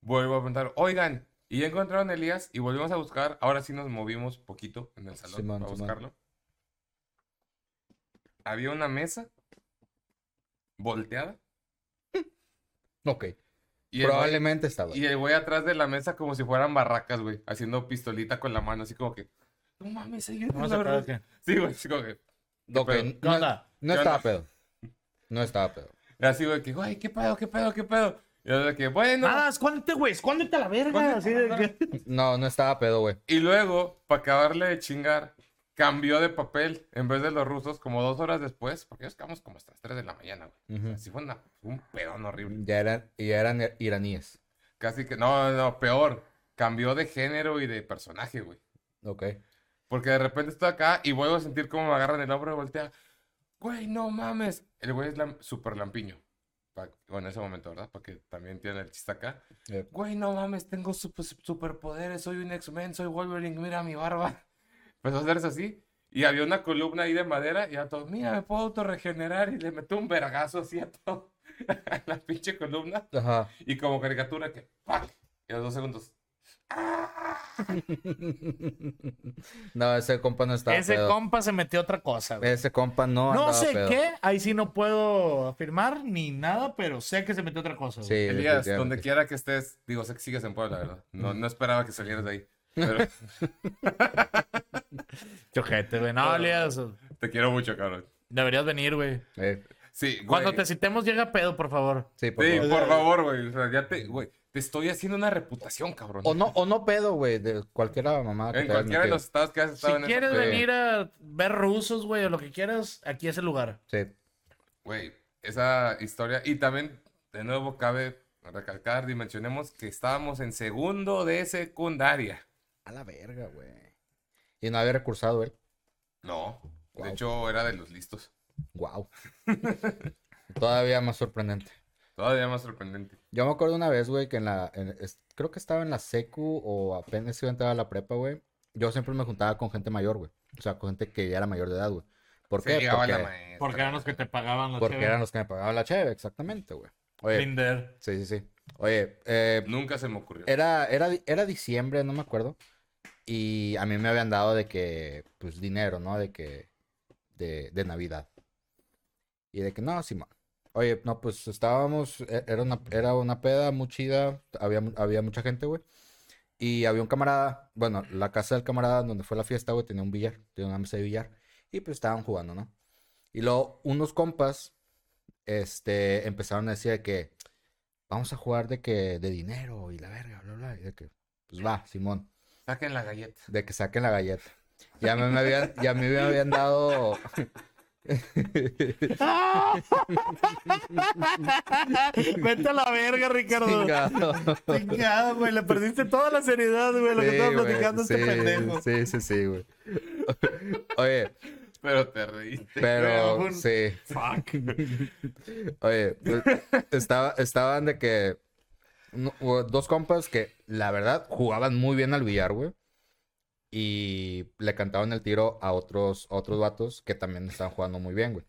vuelvo a preguntar, oigan, y ya encontraron a Elías y volvimos a buscar. Ahora sí nos movimos poquito en el salón Simón, para Simón. buscarlo. Había una mesa volteada ok. y el, güey, Probablemente estaba. y el güey atrás de la mesa como si fueran barracas, güey, haciendo pistolita con la mano, así como que, no mames, ayúdenme, No sé, la pero es verdad". que- Sí, güey, así como que, Ok, pedo? no- ¿Qué onda? No ¿Qué estaba onda? pedo. No estaba pedo. así, güey, que, güey, qué pedo, qué pedo, qué pedo. Y yo de que, bueno, Nada, Ah, escóndete, güey, escóndete a la verga. Escóndete Así a la de que- No, no estaba pedo, güey. Y luego, para acabarle de chingar, cambió de papel en vez de los rusos como dos horas después, porque ellos quedamos como hasta las 3 de la mañana, güey. Ujú. Así fue una- un pedón horrible. Ya eran, ya eran iraníes. Casi que, no, no, peor. cambió de género y de personaje, güey. Ok. Porque de repente estoy acá y vuelvo a sentir cómo me agarran el hombro y voltea. Güey, no mames. El güey es lam- súper lampiño. Pa- bueno, en ese momento, ¿verdad? Porque también tiene el chiste acá. Eh, Güey, no mames, tengo super, superpoderes, soy un X-Men, soy Wolverine, mira mi barba. Empezó a hacerse así. Y había una columna ahí de madera y a todo, mira, me puedo autorregenerar. Y le metió un vergazo así a todo. a la pinche columna. Ajá. Y como caricatura que ¡pac! Y a los dos segundos. No, ese compa no estaba Ese pedo. compa se metió otra cosa, güey. Ese compa no No andaba sé pedo. qué, ahí sí no puedo afirmar ni nada, pero sé que se metió otra cosa. Sí, güey. Elías, donde definitivamente. quiera que estés, digo, sé que sigues en Puebla, ¿verdad? No, no esperaba que salieras de ahí. Pero Chojete, güey. No, Elías, te quiero mucho, cabrón. deberías venir, güey. Eh, Sí, güey. Cuando te citemos, llega pedo, por favor. sí, por Sí, favor. por favor, güey. O sea, ya te, güey, te estoy haciendo una reputación, cabrón. O no, o no pedo, güey, de cualquiera mamada que En te hayas cualquiera de metido. los estados que has Si estado en esa- quieres Sí. venir a ver rusos, güey, o lo que quieras, aquí es el lugar. Sí. Güey, esa historia. Y también, de nuevo, cabe recalcar, dimensionemos que estábamos en segundo de secundaria. A la verga, güey. Y no había recursado eh. él. No. Wow. De hecho, era de los listos. Wow. Todavía más sorprendente. Todavía más sorprendente. Yo me acuerdo una vez, güey, que en la. en- es- creo que estaba en la secu o apenas iba a entrar a la prepa, güey. Yo siempre me juntaba con gente mayor, güey. O sea, con gente que ya era mayor de edad, güey. ¿Por Se qué? llegaba Porque, la maestra. Porque eran los que te pagaban la porque cheve. eran los que me pagaban la cheve, exactamente, güey. Oye, Tinder. sí, sí, sí. Oye, eh, Nunca se me ocurrió. Era, era, di- era diciembre, no me acuerdo. Y a mí me habían dado de que, pues, dinero, ¿no? De que, de, de Navidad. Y de que, no, Simón. Oye, no, pues estábamos, e- era una, era una peda muy chida, había, mu- había mucha gente, güey. Y había un camarada, bueno, la casa del camarada donde fue la fiesta, güey, tenía un billar, tenía una mesa de billar. Y pues estaban jugando, ¿no? Y luego unos compas, este, empezaron a decir de que, vamos a jugar de que, de dinero y la verga, bla, bla. Y de que, pues va, Simón Saquen la galleta. de que saquen la galleta. Ya me, me habían, ya me habían dado. Vete a la verga, Ricardo. Chingado. Chingado, güey. Le perdiste toda la seriedad, güey. Lo que Sí, estaba güey, platicando este sí, pendejo. Sí, sí, sí, güey. Oye, Pero te reíste. creo, pero un- sí. Fuck. Oye, pues, estaba, estaban de que no- o- dos compas que la verdad jugaban muy bien al billar, güey. Y le cantaban el tiro a otros, otros vatos que también estaban jugando muy bien, güey.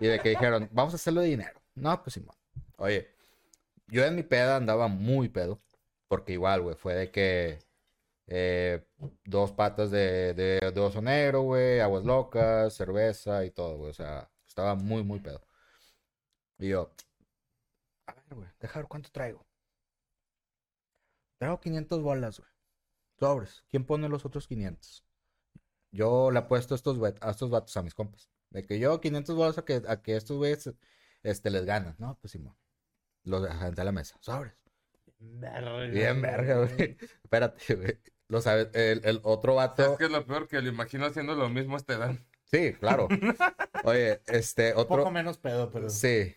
Y de que dijeron, vamos a hacerlo de dinero. No, pues Simón. Oye, yo en mi peda andaba muy pedo. Porque igual, güey, fue de que eh, dos patas de, de, de oso negro, güey, aguas locas, cerveza y todo, güey. O sea, estaba muy, muy pedo. Y yo, a ver, güey, deja ver cuánto traigo. Traigo 500 bolas, güey. Sobres. ¿Quién pone los otros 500? Yo le apuesto a estos, güey- a estos vatos, a mis compas. De que yo 500 bolas a que, a que estos güeyes este, les ganan. No, pues Simón. Los aventé a la mesa. Sobres. Verga, Bien verga, güey. Espérate, güey. Lo sabes, el, el otro vato. ¿Sabes qué es lo peor? Que lo imagino haciendo lo mismo este a esta edad. Sí, claro. Oye, este, Un poco otro. menos pedo, pero. Sí,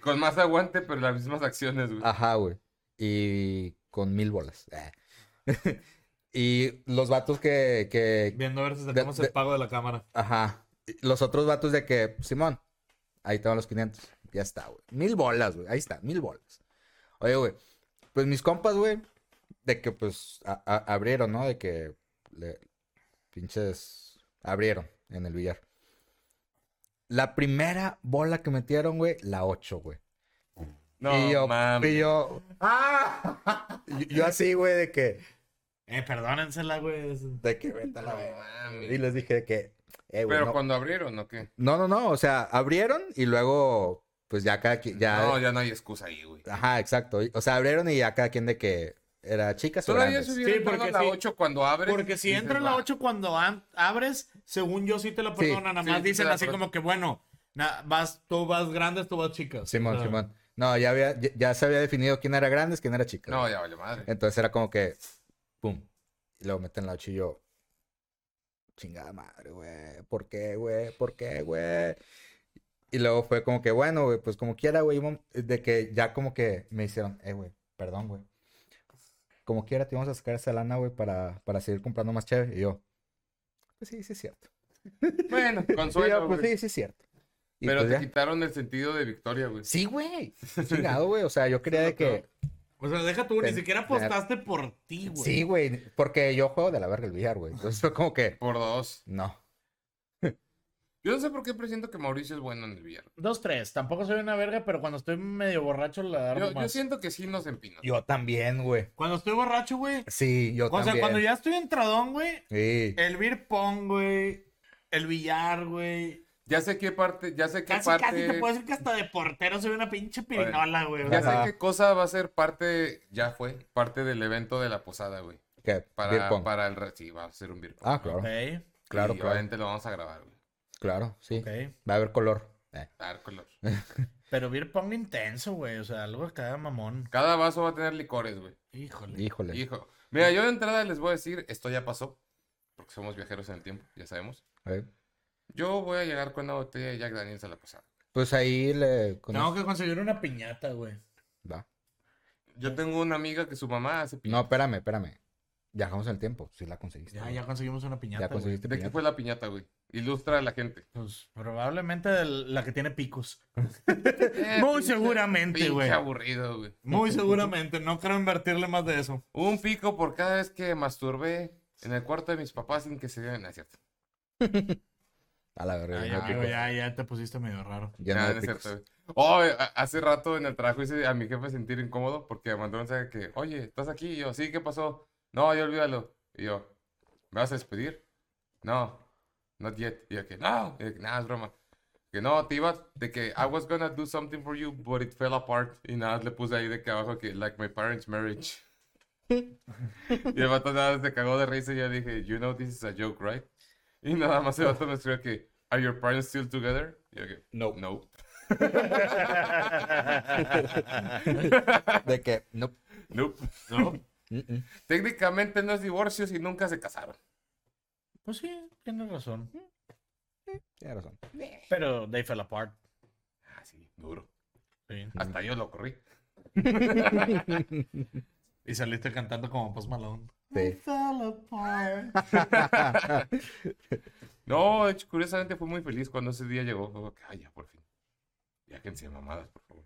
Con más aguante, pero las mismas acciones, güey. Ajá, güey. Y con mil bolas. Eh. y los vatos que, que- Viendo a ver si sacamos sacamos el el pago de la cámara. Ajá. Los otros vatos de que, Simón, ahí te van los 500. Ya está, güey. Mil bolas, güey. Ahí está, mil bolas. Oye, güey. Pues mis compas, güey. De que, pues, a- a- abrieron, ¿no? De que le- pinches abrieron en el billar. La primera bola que metieron, güey, la 8, güey. No, y yo, mames. y yo, yo, yo así, güey, de que, Eh, perdónensela, güey. de que vete a la No verga. mames. Y les dije de que, eh, güey, Pero no. cuando abrieron, ¿o qué? no, no, no, o sea, abrieron y luego, pues ya cada quien, ya, No, ya no hay excusa ahí, güey. ajá, exacto, o sea, abrieron y ya cada quien de que era chicas o Todavía grandes. se hubiera Sí, porque entrado a la sí. 8 cuando pues abre. Porque si entra la 8 cuando an- abres, según yo sí te la Sí, perdonan. nada sí, más sí te dicen la así perdonan. como que, bueno, na- vas, tú vas grandes, tú vas chicas. Simón, O sea, Simón. No, ya había, ya, ya se había definido quién era grandes, quién era chicas. No, güey. ya vale madre. Entonces era como que, pum, y luego meten la ocho y yo, chingada madre, güey, ¿por qué, güey? ¿Por qué, güey? Y luego fue como que, bueno, güey, pues como quiera, güey, íbamos- de que ya como que me hicieron, eh, güey, perdón, güey. como quiera, te íbamos a sacar esa lana, güey, para, para seguir comprando más chévere. Y yo, pues sí, sí es cierto. Bueno, Y consuelo. yo, pues ah, güey. sí, sí es cierto. Y Pero pues, te ya. quitaron el sentido de victoria, güey. Sí, güey. Chingado, güey. O sea, yo creía de que. O sea, deja tú, ni Ten- siquiera apostaste por ti, güey. Sí, güey. Porque yo juego de la verga el billar, güey. Entonces fue como que. Por dos. No. Yo no sé por qué presiento que Mauricio es bueno en el billar. Dos, tres. Tampoco soy una verga, pero cuando estoy medio borracho la Yo, agarro yo más. siento que sí nos empina. Yo también, güey. Cuando estoy borracho, güey. Sí, yo O sea, también. cuando ya estoy entradón, güey. Eh, Sí. El beer pong, güey. El billar, güey. Ya sé qué parte, ya sé qué Casi, parte. casi te puedo decir que hasta de portero soy una pinche Bueno, pirinola, güey. o Ya sea. Ajá. sé qué cosa va a ser parte, ya fue, parte del evento de la posada, güey. ¿Qué? Beer Para, pong. para el. re- Sí, va a ser un beer pong. Ah, claro. Ok, Claro, Y claro. obviamente lo vamos a grabar, güey. Claro, sí. ok. Va a haber color. Eh, A dar color. Pero beer pong intenso, güey. O sea, algo acá mamón. Cada vaso va a tener licores, güey. Híjole. híjole. Hijo. Mira, yo de entrada les voy a decir, esto ya pasó. Porque somos viajeros en el tiempo, ya sabemos. Eh, Yo voy a llegar con una botella de Jack Daniels a la posada. Pues ahí le. con- Tengo que conseguir una piñata, güey. Va. Yo tengo una amiga que su mamá hace piñata. No, espérame, espérame. Viajamos en el tiempo. Sí, la conseguiste. Ya, güey. ya conseguimos una piñata, Ya güey. conseguiste ¿De qué piñata. fue la piñata, güey? Ilustra a la gente. Pues probablemente del- la que tiene picos. Eh, Muy pinche- seguramente, pinche güey. aburrido, güey. Muy seguramente. No creo invertirle más de eso. Un pico por cada vez que masturbé en el cuarto de mis papás sin que se dieran. No, es cierto. A la verga. Ah, Ya, ya no hay picos. ya, ya te pusiste medio raro. Ya no Nah, hay Ah, no es picos. cierto, güey. Oh, eh, a- hace rato en el trabajo hice a mi jefe sentir incómodo porque me mandó un mensaje que, oye, ¿estás aquí? Y yo, sí, ¿qué pasó? No, yo olvídalo. Y yo, ¿me vas a despedir? No, not yet. Y yo, que no, Y yo, nada, es broma. Que no, te iba, de que I was gonna do something for you, but it fell apart. Y nada, le puse ahí de que abajo que, like my parents' marriage. y el vato nada, se cagó de risa y yo dije, you know this is a joke, right? Y nada más el vato me escribió que, are your parents still together? Y yo, que, No. no. De que. No. Nope. mm, mm. Técnicamente no es divorcio si nunca se casaron. Pues sí, tienes razón. Tienes razón. Pero they fell apart. Ah, sí, duro. Sí. Hasta yo lo corrí. Y saliste cantando como Post Malone. Sí. They fell apart. No, de hecho, curiosamente fui muy feliz cuando ese día llegó. Fue como que, Ay, ya, por fin. Ya que encima mamadas, por favor.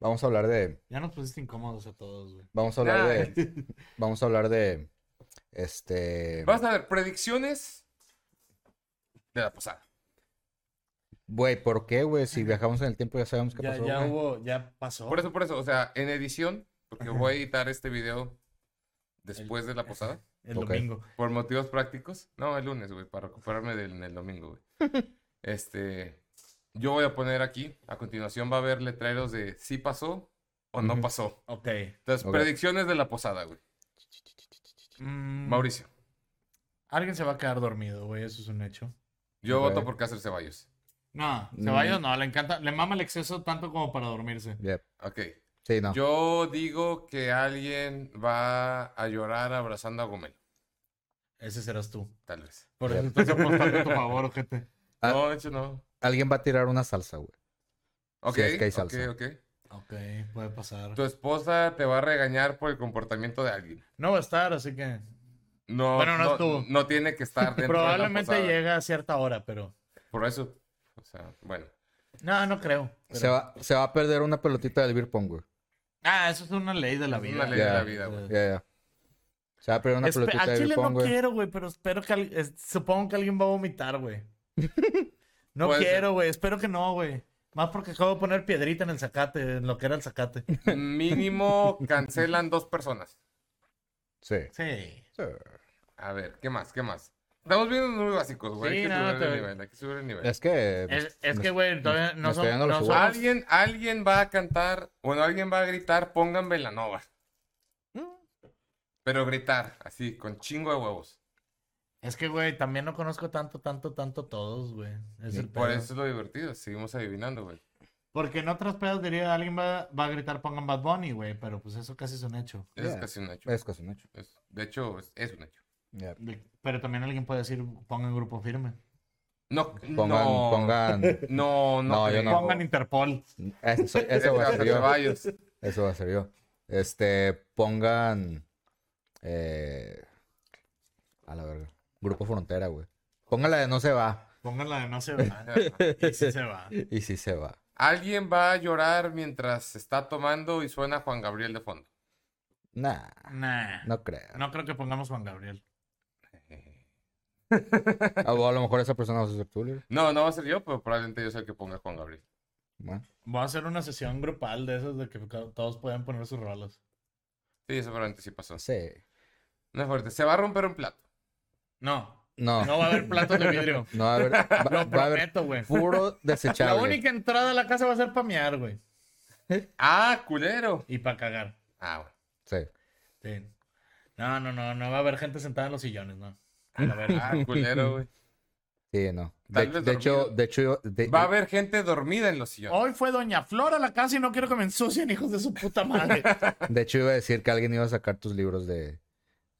Vamos a hablar de. Ya nos pusiste incómodos a todos, güey. Vamos a hablar Nah. de. Vamos a hablar de. Este. Vas a ver, predicciones de la posada. Güey, ¿por qué, güey? Si viajamos en el tiempo ya sabemos qué Ya, pasó. ya güey. hubo, ya pasó. Por eso, por eso, o sea, en edición, porque Ajá. voy a editar este video después de la posada. El Ok. domingo. Por motivos prácticos. No, el lunes, güey, para recuperarme del en el domingo, güey. Este, yo voy a poner aquí, a continuación va a haber letreros de si pasó o no Ujú. pasó. Ok. Entonces, Ok. predicciones de la posada, güey. Mm, Mauricio, Alguien se va a quedar dormido, güey. Eso es un hecho. yo Ok. voto por Cáceres Ceballos. No, Mm. Ceballos no, le encanta, le mama el exceso tanto como para dormirse. Yep. Ok. Sí, no. Yo digo que alguien va a llorar abrazando a Gomel, Ese serás tú. tal vez. Por eso estás apostando a tu favor, ojete. Ah. No, de hecho no. Alguien va a tirar una salsa, güey. Ok, es que hay ok, salsa. ok. Ok, puede pasar. Tu esposa te va a regañar por el comportamiento de alguien. No va a estar, así que No, Bueno, no no, estuvo. no tiene que estar dentro probablemente de la posada. llega a cierta hora, pero Por eso. O sea, bueno. no, no creo. pero- Se, va, se va a perder una pelotita del beer pong, güey. Ah, eso es una ley de la Es vida. una ley de la vida, güey. Eh, Ya, ya. Se va a perder una espe- pelotita a del Chile beer pong, no güey. quiero, güey, pero espero que al- es- supongo que alguien va a vomitar, güey. No Puede ser. quiero, güey, espero que no, güey. Más porque acabo de poner piedrita en el zacate, en lo que era el zacate. Mínimo cancelan dos personas. Sí. Sí. Sí. A ver, ¿qué más? ¿Qué más? Estamos viendo muy básicos, güey. hay Sí, que no, subir te- el nivel, hay que subir el nivel. Es que. Es, es pues, me- que, güey, todavía no, me estoy som- dando no los somos... huevos. Alguien, alguien va a cantar, bueno, alguien va a gritar, pongan Velanova. Mm. Pero gritar, así, con chingo de huevos. Es que, güey, también no conozco tanto, tanto, tanto todos, güey. Es Sí, el Por pedo. eso es lo divertido, seguimos adivinando, güey. Porque en otras pedas diría, alguien va, va a gritar pongan Bad Bunny, güey, pero pues eso casi es un hecho. Eso es Yeah. casi un hecho. Es casi un hecho. Es- de hecho, es, es un hecho. Ya. De- Pero también alguien puede decir pongan grupo firme. No, Pongan, no, pongan. no, no, No, Ah, yo creo. no. Pongan Interpol. Eso, eso Ese va a ser yo. Ceballos. Eso va a ser yo. Este, pongan. eh, a la verga. Grupo Frontera, güey. Póngala de no se va. Pónganla de no se va. Y sí se va. Y sí se va. Alguien va a llorar mientras está tomando y suena Juan Gabriel de fondo. Nah, Nah. no creo. No creo que pongamos Juan Gabriel. Ah, o A, lo mejor esa persona va a ser tú, Lira. No, no va a ser yo, pero probablemente yo sea el que ponga Juan Gabriel. Bueno. Voy a hacer una sesión grupal de esas de que ca- todos pueden poner sus rolas. Sí, eso probablemente sí pasó. Sí. No es fuerte. Se va a romper un plato. No, No, no va a haber platos de vidrio. no va a haber. Va, Lo va a haber prometo, güey. puro La desechable. única entrada a la casa va a ser para mear, güey. ¡Ah, culero! Y para cagar. Ah, bueno. Sí. Sí. No, no, no, no va a haber gente sentada en los sillones, no. A la Ah, verga. culero, güey. Sí, no. De, Tal vez de hecho, dormido. de hecho, de- Va a haber gente dormida en los sillones. Hoy fue Doña Flor a la casa y no quiero que me ensucien, hijos de su puta madre. de hecho iba a decir que alguien iba a sacar tus libros de.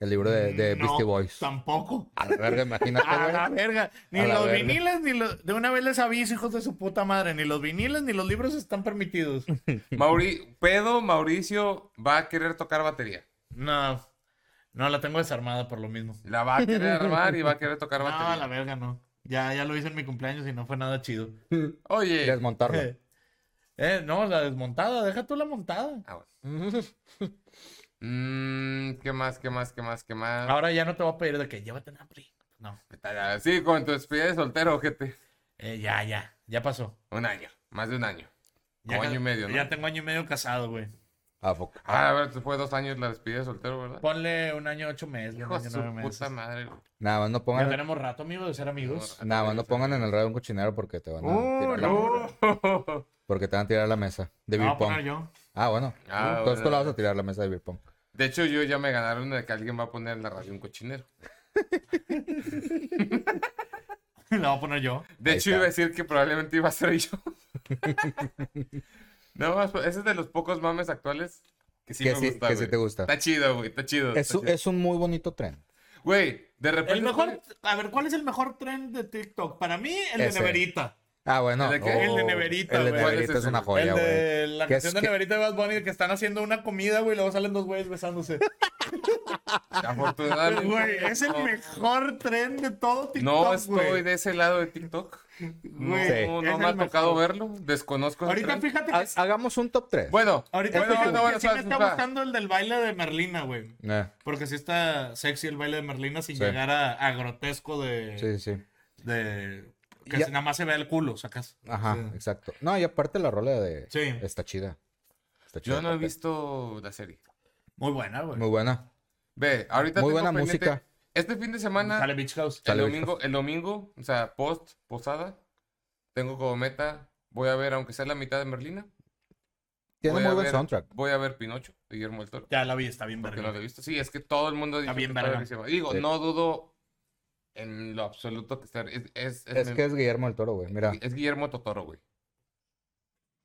El libro de, Mm, de No, Beastie Boys. Tampoco. A la verga, imagínate, Ah, A güey. la verga. Ni A la los verga. viniles, ni los. De una vez les aviso, hijos de su puta madre. Ni los viniles, ni los libros están permitidos. Mauri... Pedo Mauricio va a querer tocar batería. No. No, la tengo desarmada por lo mismo. La va a querer armar y va a querer tocar No, a la batería. verga, no. Ya, ya lo hice en mi cumpleaños y no fue nada chido. Oye. Desmontarlo. Eh, no, la desmontada, deja tú la montada. Ah, bueno. Mm, ¿Qué más? ¿Qué más? ¿Qué más? ¿Qué más? Ahora ya no te voy a pedir de que llévate una pri. No. Ah. Sí, con tu despedida de soltero, gente. Eh, ya, ya. Ya pasó. Un año, más de un año. Ya Como ca- año y medio, ¿no? Ya tengo año y medio casado, güey. Ah, fuck. Ah, a ver, tú fue dos años la despedida de soltero, ¿verdad? Ponle un año ocho meses, un Hijo año de su nueve meses. puta madre. güey. Nada más no Ya pongan. tenemos rato, amigo, de ser amigos. Nada más no pongan en el radio un cochinero porque te van a tirar la, Uh, porque te van a tirar la mesa de La voy beer a pong. poner yo. Ah, bueno. Ah, Entonces tú bueno. la vas a tirar la mesa de beer pong. De hecho, yo ya me ganaron de que alguien va a poner en la radio un cochinero. La voy a poner yo. De Ahí hecho, está. iba a decir que probablemente iba a ser yo. Nada más, ese es de los pocos mames actuales que sí Que me sí- gusta. que sí güey. te gusta. Está chido, güey, está chido. Es, está un- chido. es un muy bonito tren. Güey, de repente. El mejor, a ver, ¿cuál es el mejor tren de TikTok? Para mí, el Ese. de Neverita. Ah, bueno. ¿El de qué? El de Neverita, El de güey. Neverita ¿Cuál es es una ese, joya, el güey. de la Que es canción de que- Neverita de Bad Bunny que están haciendo una comida, güey, y luego salen dos güeyes besándose. Ah, Afortunadamente. Güey, es el mejor tren de todo TikTok, No estoy güey. de ese lado de TikTok. No, Güey, Sí. no es me ha el tocado mejor. verlo. Desconozco. ese Ahorita tren. fíjate que... Ha- Hagamos un top 3. Bueno, Ahorita bueno, fíjate no, que bueno, sí me sabes, está espera. gustando el del baile de Merlina, güey. Porque sí está sexy el baile de Merlina sin Sí. llegar a, a grotesco de... Eh, sí, sí. de que Ya- si nada más se vea el culo, sacas. Ajá, Sí. exacto. No, y aparte la rola de... Sí. Está chida. Está chida, Yo no he aparte. visto la serie. Muy buena, güey. Muy buena. Ve, ahorita Muy tengo buena pendiente- música. Este fin de semana, Sale Beach House. el sale, domingo, el domingo, o sea, post posada, tengo como meta, voy a ver aunque sea la mitad de Merlina. Tiene voy a muy buen ver- soundtrack. Voy a ver Pinocho de Guillermo del Toro, Ya la vi, está bien porque no lo verga. he visto. Sí, es que todo el mundo dice bien que está verga. verguísima. Digo, Sí. no dudo en lo absoluto que está. Es, es, es Es mi- que es Guillermo del Toro, güey. Mira. es Guillermo Totoro, güey.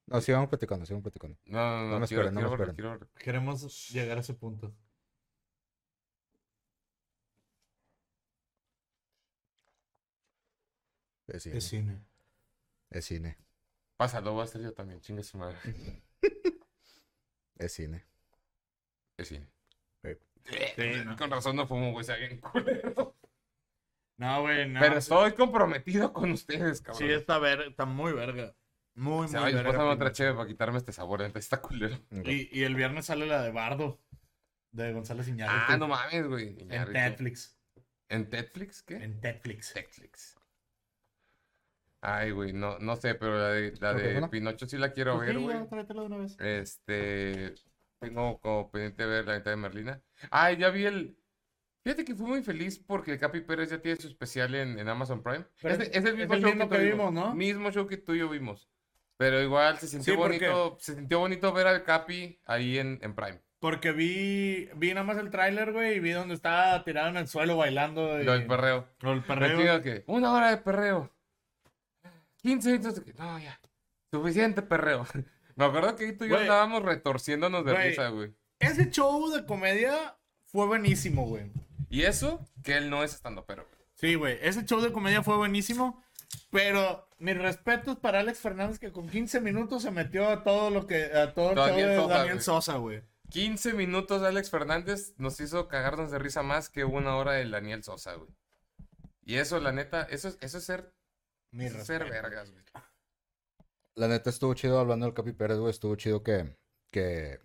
No, sigamos platicando, sigamos platicando. No, no, no, No me quiero- esperen, no me quiero ver- esperen. quiero ver. Queremos llegar a ese punto. Es cine. De cine. Es cine. Pásalo, voy a hacer yo también, chingue su madre. Es cine. Es cine. Ey. Sí, no. Eh, Con razón no fumo, güey, sea bien culero. No, güey, no. Pero estoy comprometido con ustedes, cabrón. Sí, está, ver... está muy verga. Muy, O muy sea, ay, verga. pásame primo. otra cheve para quitarme este sabor, neta, está culero. y, y el viernes sale la de Bardo. De González Iñárritu. Ah, no mames, güey. En Iñárritu. Netflix. ¿En Netflix? ¿Qué? En Netflix. Netflix. Ay, güey, no, no sé, pero la de, la Ok, de bueno. Pinocho sí la quiero Pues ver, sí, güey. ya, tráetelo de una vez. Este, tengo como pendiente ver la mitad de Merlina. Ay, ya vi el... Fíjate que fui muy feliz porque el Capi Pérez ya tiene su especial en, en Amazon Prime. Pero es, de- es- es el es mismo el show mismo que, tú que vimos, vimos, ¿no? Mismo show que tú y yo vimos. Pero igual se sintió porque- bonito, se sintió bonito ver al Capi ahí en, en Prime. Porque vi, vi nada más el tráiler, güey, y vi donde estaba tirado en el suelo bailando. Y... Lo del perreo. Lo del Me perreo. digo que una hora de perreo. 15 minutos de que, no, ya. Suficiente perreo. Me acuerdo que ahí tú y yo Güey. andábamos retorciéndonos de Güey. risa, güey. Ese show de comedia fue buenísimo, güey. Y eso, que él no es estando pero. Sí, güey. Ese show de comedia fue buenísimo. Pero mis respetos para Alex Fernández, que con 15 minutos se metió a todo lo que. a todo el Daniel show de Sosa, Daniel güey. Sosa, güey. 15 minutos Alex Fernández nos hizo cagarnos de risa más que una hora de Daniel Sosa, güey. Y eso, la neta, eso, es- eso es ser, Mi eso es ser respeto. vergas, güey. La neta estuvo chido hablando del Capi Pérez, güey. Estuvo chido que, que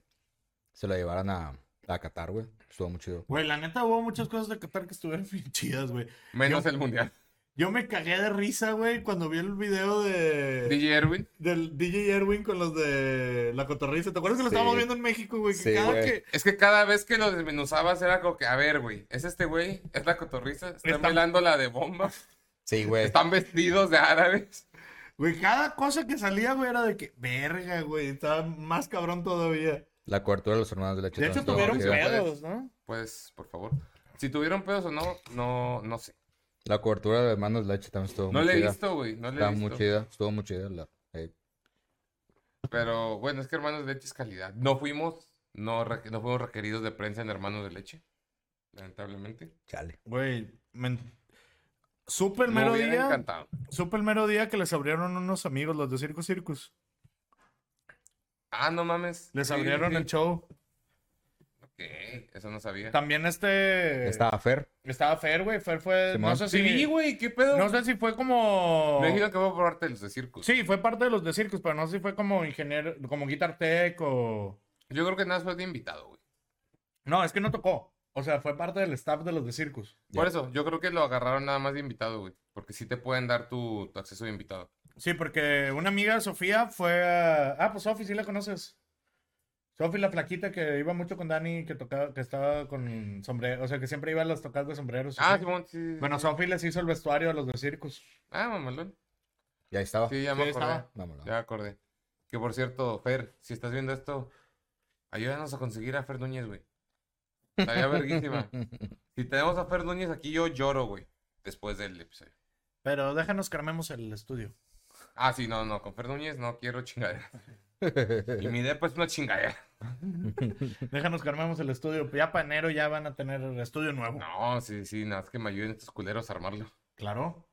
se lo llevaran a, a Qatar, güey. Estuvo muy chido. Güey, la neta hubo muchas cosas de Qatar que estuvieron bien chidas, güey. Menos Yo- el mundial. Yo me cagué de risa, güey, cuando vi el video de... DJ Erwin. Del DJ Erwin con los de La Cotorrisa. ¿Te acuerdas que lo Sí. estábamos viendo en México, güey? Que Sí, cada güey. que... Es que cada vez que lo desmenuzabas era como que, a ver, güey, es este güey, es la cotorriza, están Está- velando la de bomba, Sí, güey. están vestidos de árabes. Güey, cada cosa que salía, güey, era de que... Verga, güey. Estaba más cabrón todavía. La cobertura de los hermanos de leche. De hecho, también tuvieron estuvo muy chida. pedo. pedos, ¿no? Pues, por favor. Si tuvieron pedos o no, no, no sé. La cobertura de los hermanos de leche también estuvo No muy le he chida. visto, güey. No le he Estaba muy visto. chida. Estuvo muy chida. la- eh, Pero bueno, es que Hermanos de Leche es calidad. No fuimos, no, re- no fuimos requeridos de prensa en Hermanos de Leche. Lamentablemente. Chale. Güey, me... Supe el Me mero hubiera día... encantado. Supe el mero día que les abrieron unos amigos, los de Circus Circus. Ah, no mames. Les Sí, abrieron sí. el show. Ok, eso no sabía. También Eh, este... Estaba Fer. Estaba Fer, güey. Fer fue... Simón. No sé si... Sí, güey, qué pedo. No sé si fue como... Me dijeron que voy a probarte los de circus. Sí, fue parte de los de Circus, pero no sé si fue como ingeniero, como Guitar Tech o... Yo creo que nada más fue de invitado, güey. No, es que no tocó. O sea, fue parte del staff de los de Circus. Por eso, yo creo que lo agarraron nada más de invitado, güey. Porque sí te pueden dar tu, tu acceso de invitado. Sí, porque una amiga, Sofía, fue a... Ah, pues Sofi, sí la conoces. Sofi, la flaquita que iba mucho con Dani, que tocaba, que estaba con sombrero, o sea, que siempre iba a las tocadas de sombreros. Ah, así. Simón, sí, sí, sí. Bueno, Sofi les hizo el vestuario a los de Circus. Ah, mamalón. Y ahí estaba. Sí, ya me Ah, Sí, acordé. estaba. Vámonos. Ya me acordé. Que por cierto, Fer, si estás viendo esto, ayúdanos a conseguir a Fer Núñez, güey. Estaría verguísima. Si tenemos a Fer Núñez aquí, yo lloro, güey. Después del episodio. Pero déjanos que armemos el estudio. Ah, sí, no, no. Con Fer Núñez no quiero chingadera. Y mi depa es una chingadera. Déjanos que armemos el estudio. Ya para enero ya van a tener el estudio nuevo. No, sí, sí, nada más que me ayuden estos culeros a armarlo. Claro.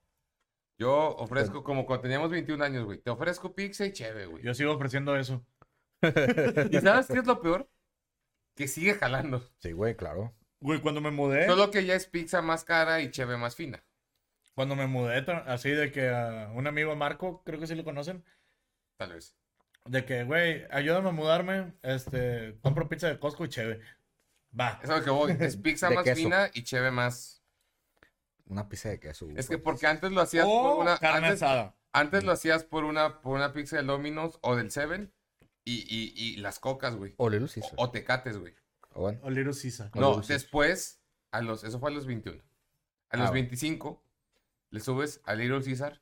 Yo ofrezco, como cuando teníamos 21 años, güey. Te ofrezco pizza y cheve, güey. Yo sigo ofreciendo eso. ¿Y sabes qué es lo peor? Que sigue jalando. Sí, güey, claro. Güey, cuando me mudé... Solo que ya es pizza más cara y cheve más fina. Cuando me mudé, tra- así de que a un amigo Marco, creo que sí lo conocen, Tal vez. de que, güey, ayúdame a mudarme, este, compro pizza de Costco y cheve. Va. Es a lo que voy. Es pizza De más queso. fina y cheve más. Una pizza de queso. Es que porque antes lo hacías O por una. Oh, carne Antes, asada. antes lo hacías por una, por una pizza de Domino's o del Seven y, y- y las cocas, güey. O Little Caesar. O, o tecates, güey. O bueno. O Little Caesar. O No, dulces. después, a los, eso fue a los 21. A Ah, los bueno. 25, le subes a Little Caesar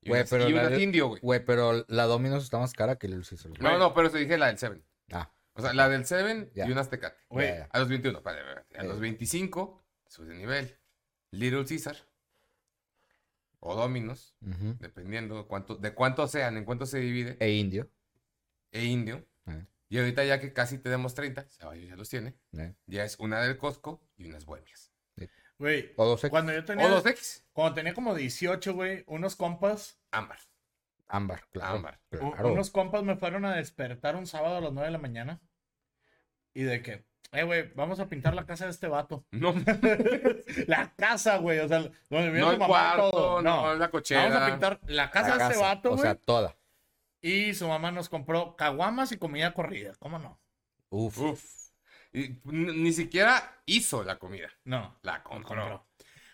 y Güey, una, pero y la una de- indio, güey. Güey, pero la Domino's está más cara que Little Caesar. güey. No, no, pero se dije la del Seven. Ah, O sea, la del Seven Ya. y unas tecate. Güey, ya, ya. A los 21, espérate, espérate. A Sí. los 25, subes de nivel. Little Caesar. O Dominos, Ujú. dependiendo cuánto, de cuánto sean, en cuánto se divide. E indio. E Indio. Eh. Y ahorita ya que casi tenemos 30, Ceballos ya los tiene. ¿eh? Ya es una del Costco y unas bohemias. güey, O dos cuando yo tenía, O dos X. cuando tenía como 18, güey, unos compas, Ámbar. Ámbar, claro. Ámbar. u- Claro. unos compas me fueron a despertar un sábado a las 9 de la mañana y de que, eh, güey, vamos a pintar la casa de este vato. No, la casa, güey, o sea, donde vive no tu el mamá y cuarto, todo. no, la cochera. Vamos a pintar la La casa de este casa, vato, O güey. sea, toda. Y su mamá nos compró caguamas y comida corrida. ¿Cómo no? Uf. Uf. Y n- ni siquiera hizo la comida. No. La compró. compró.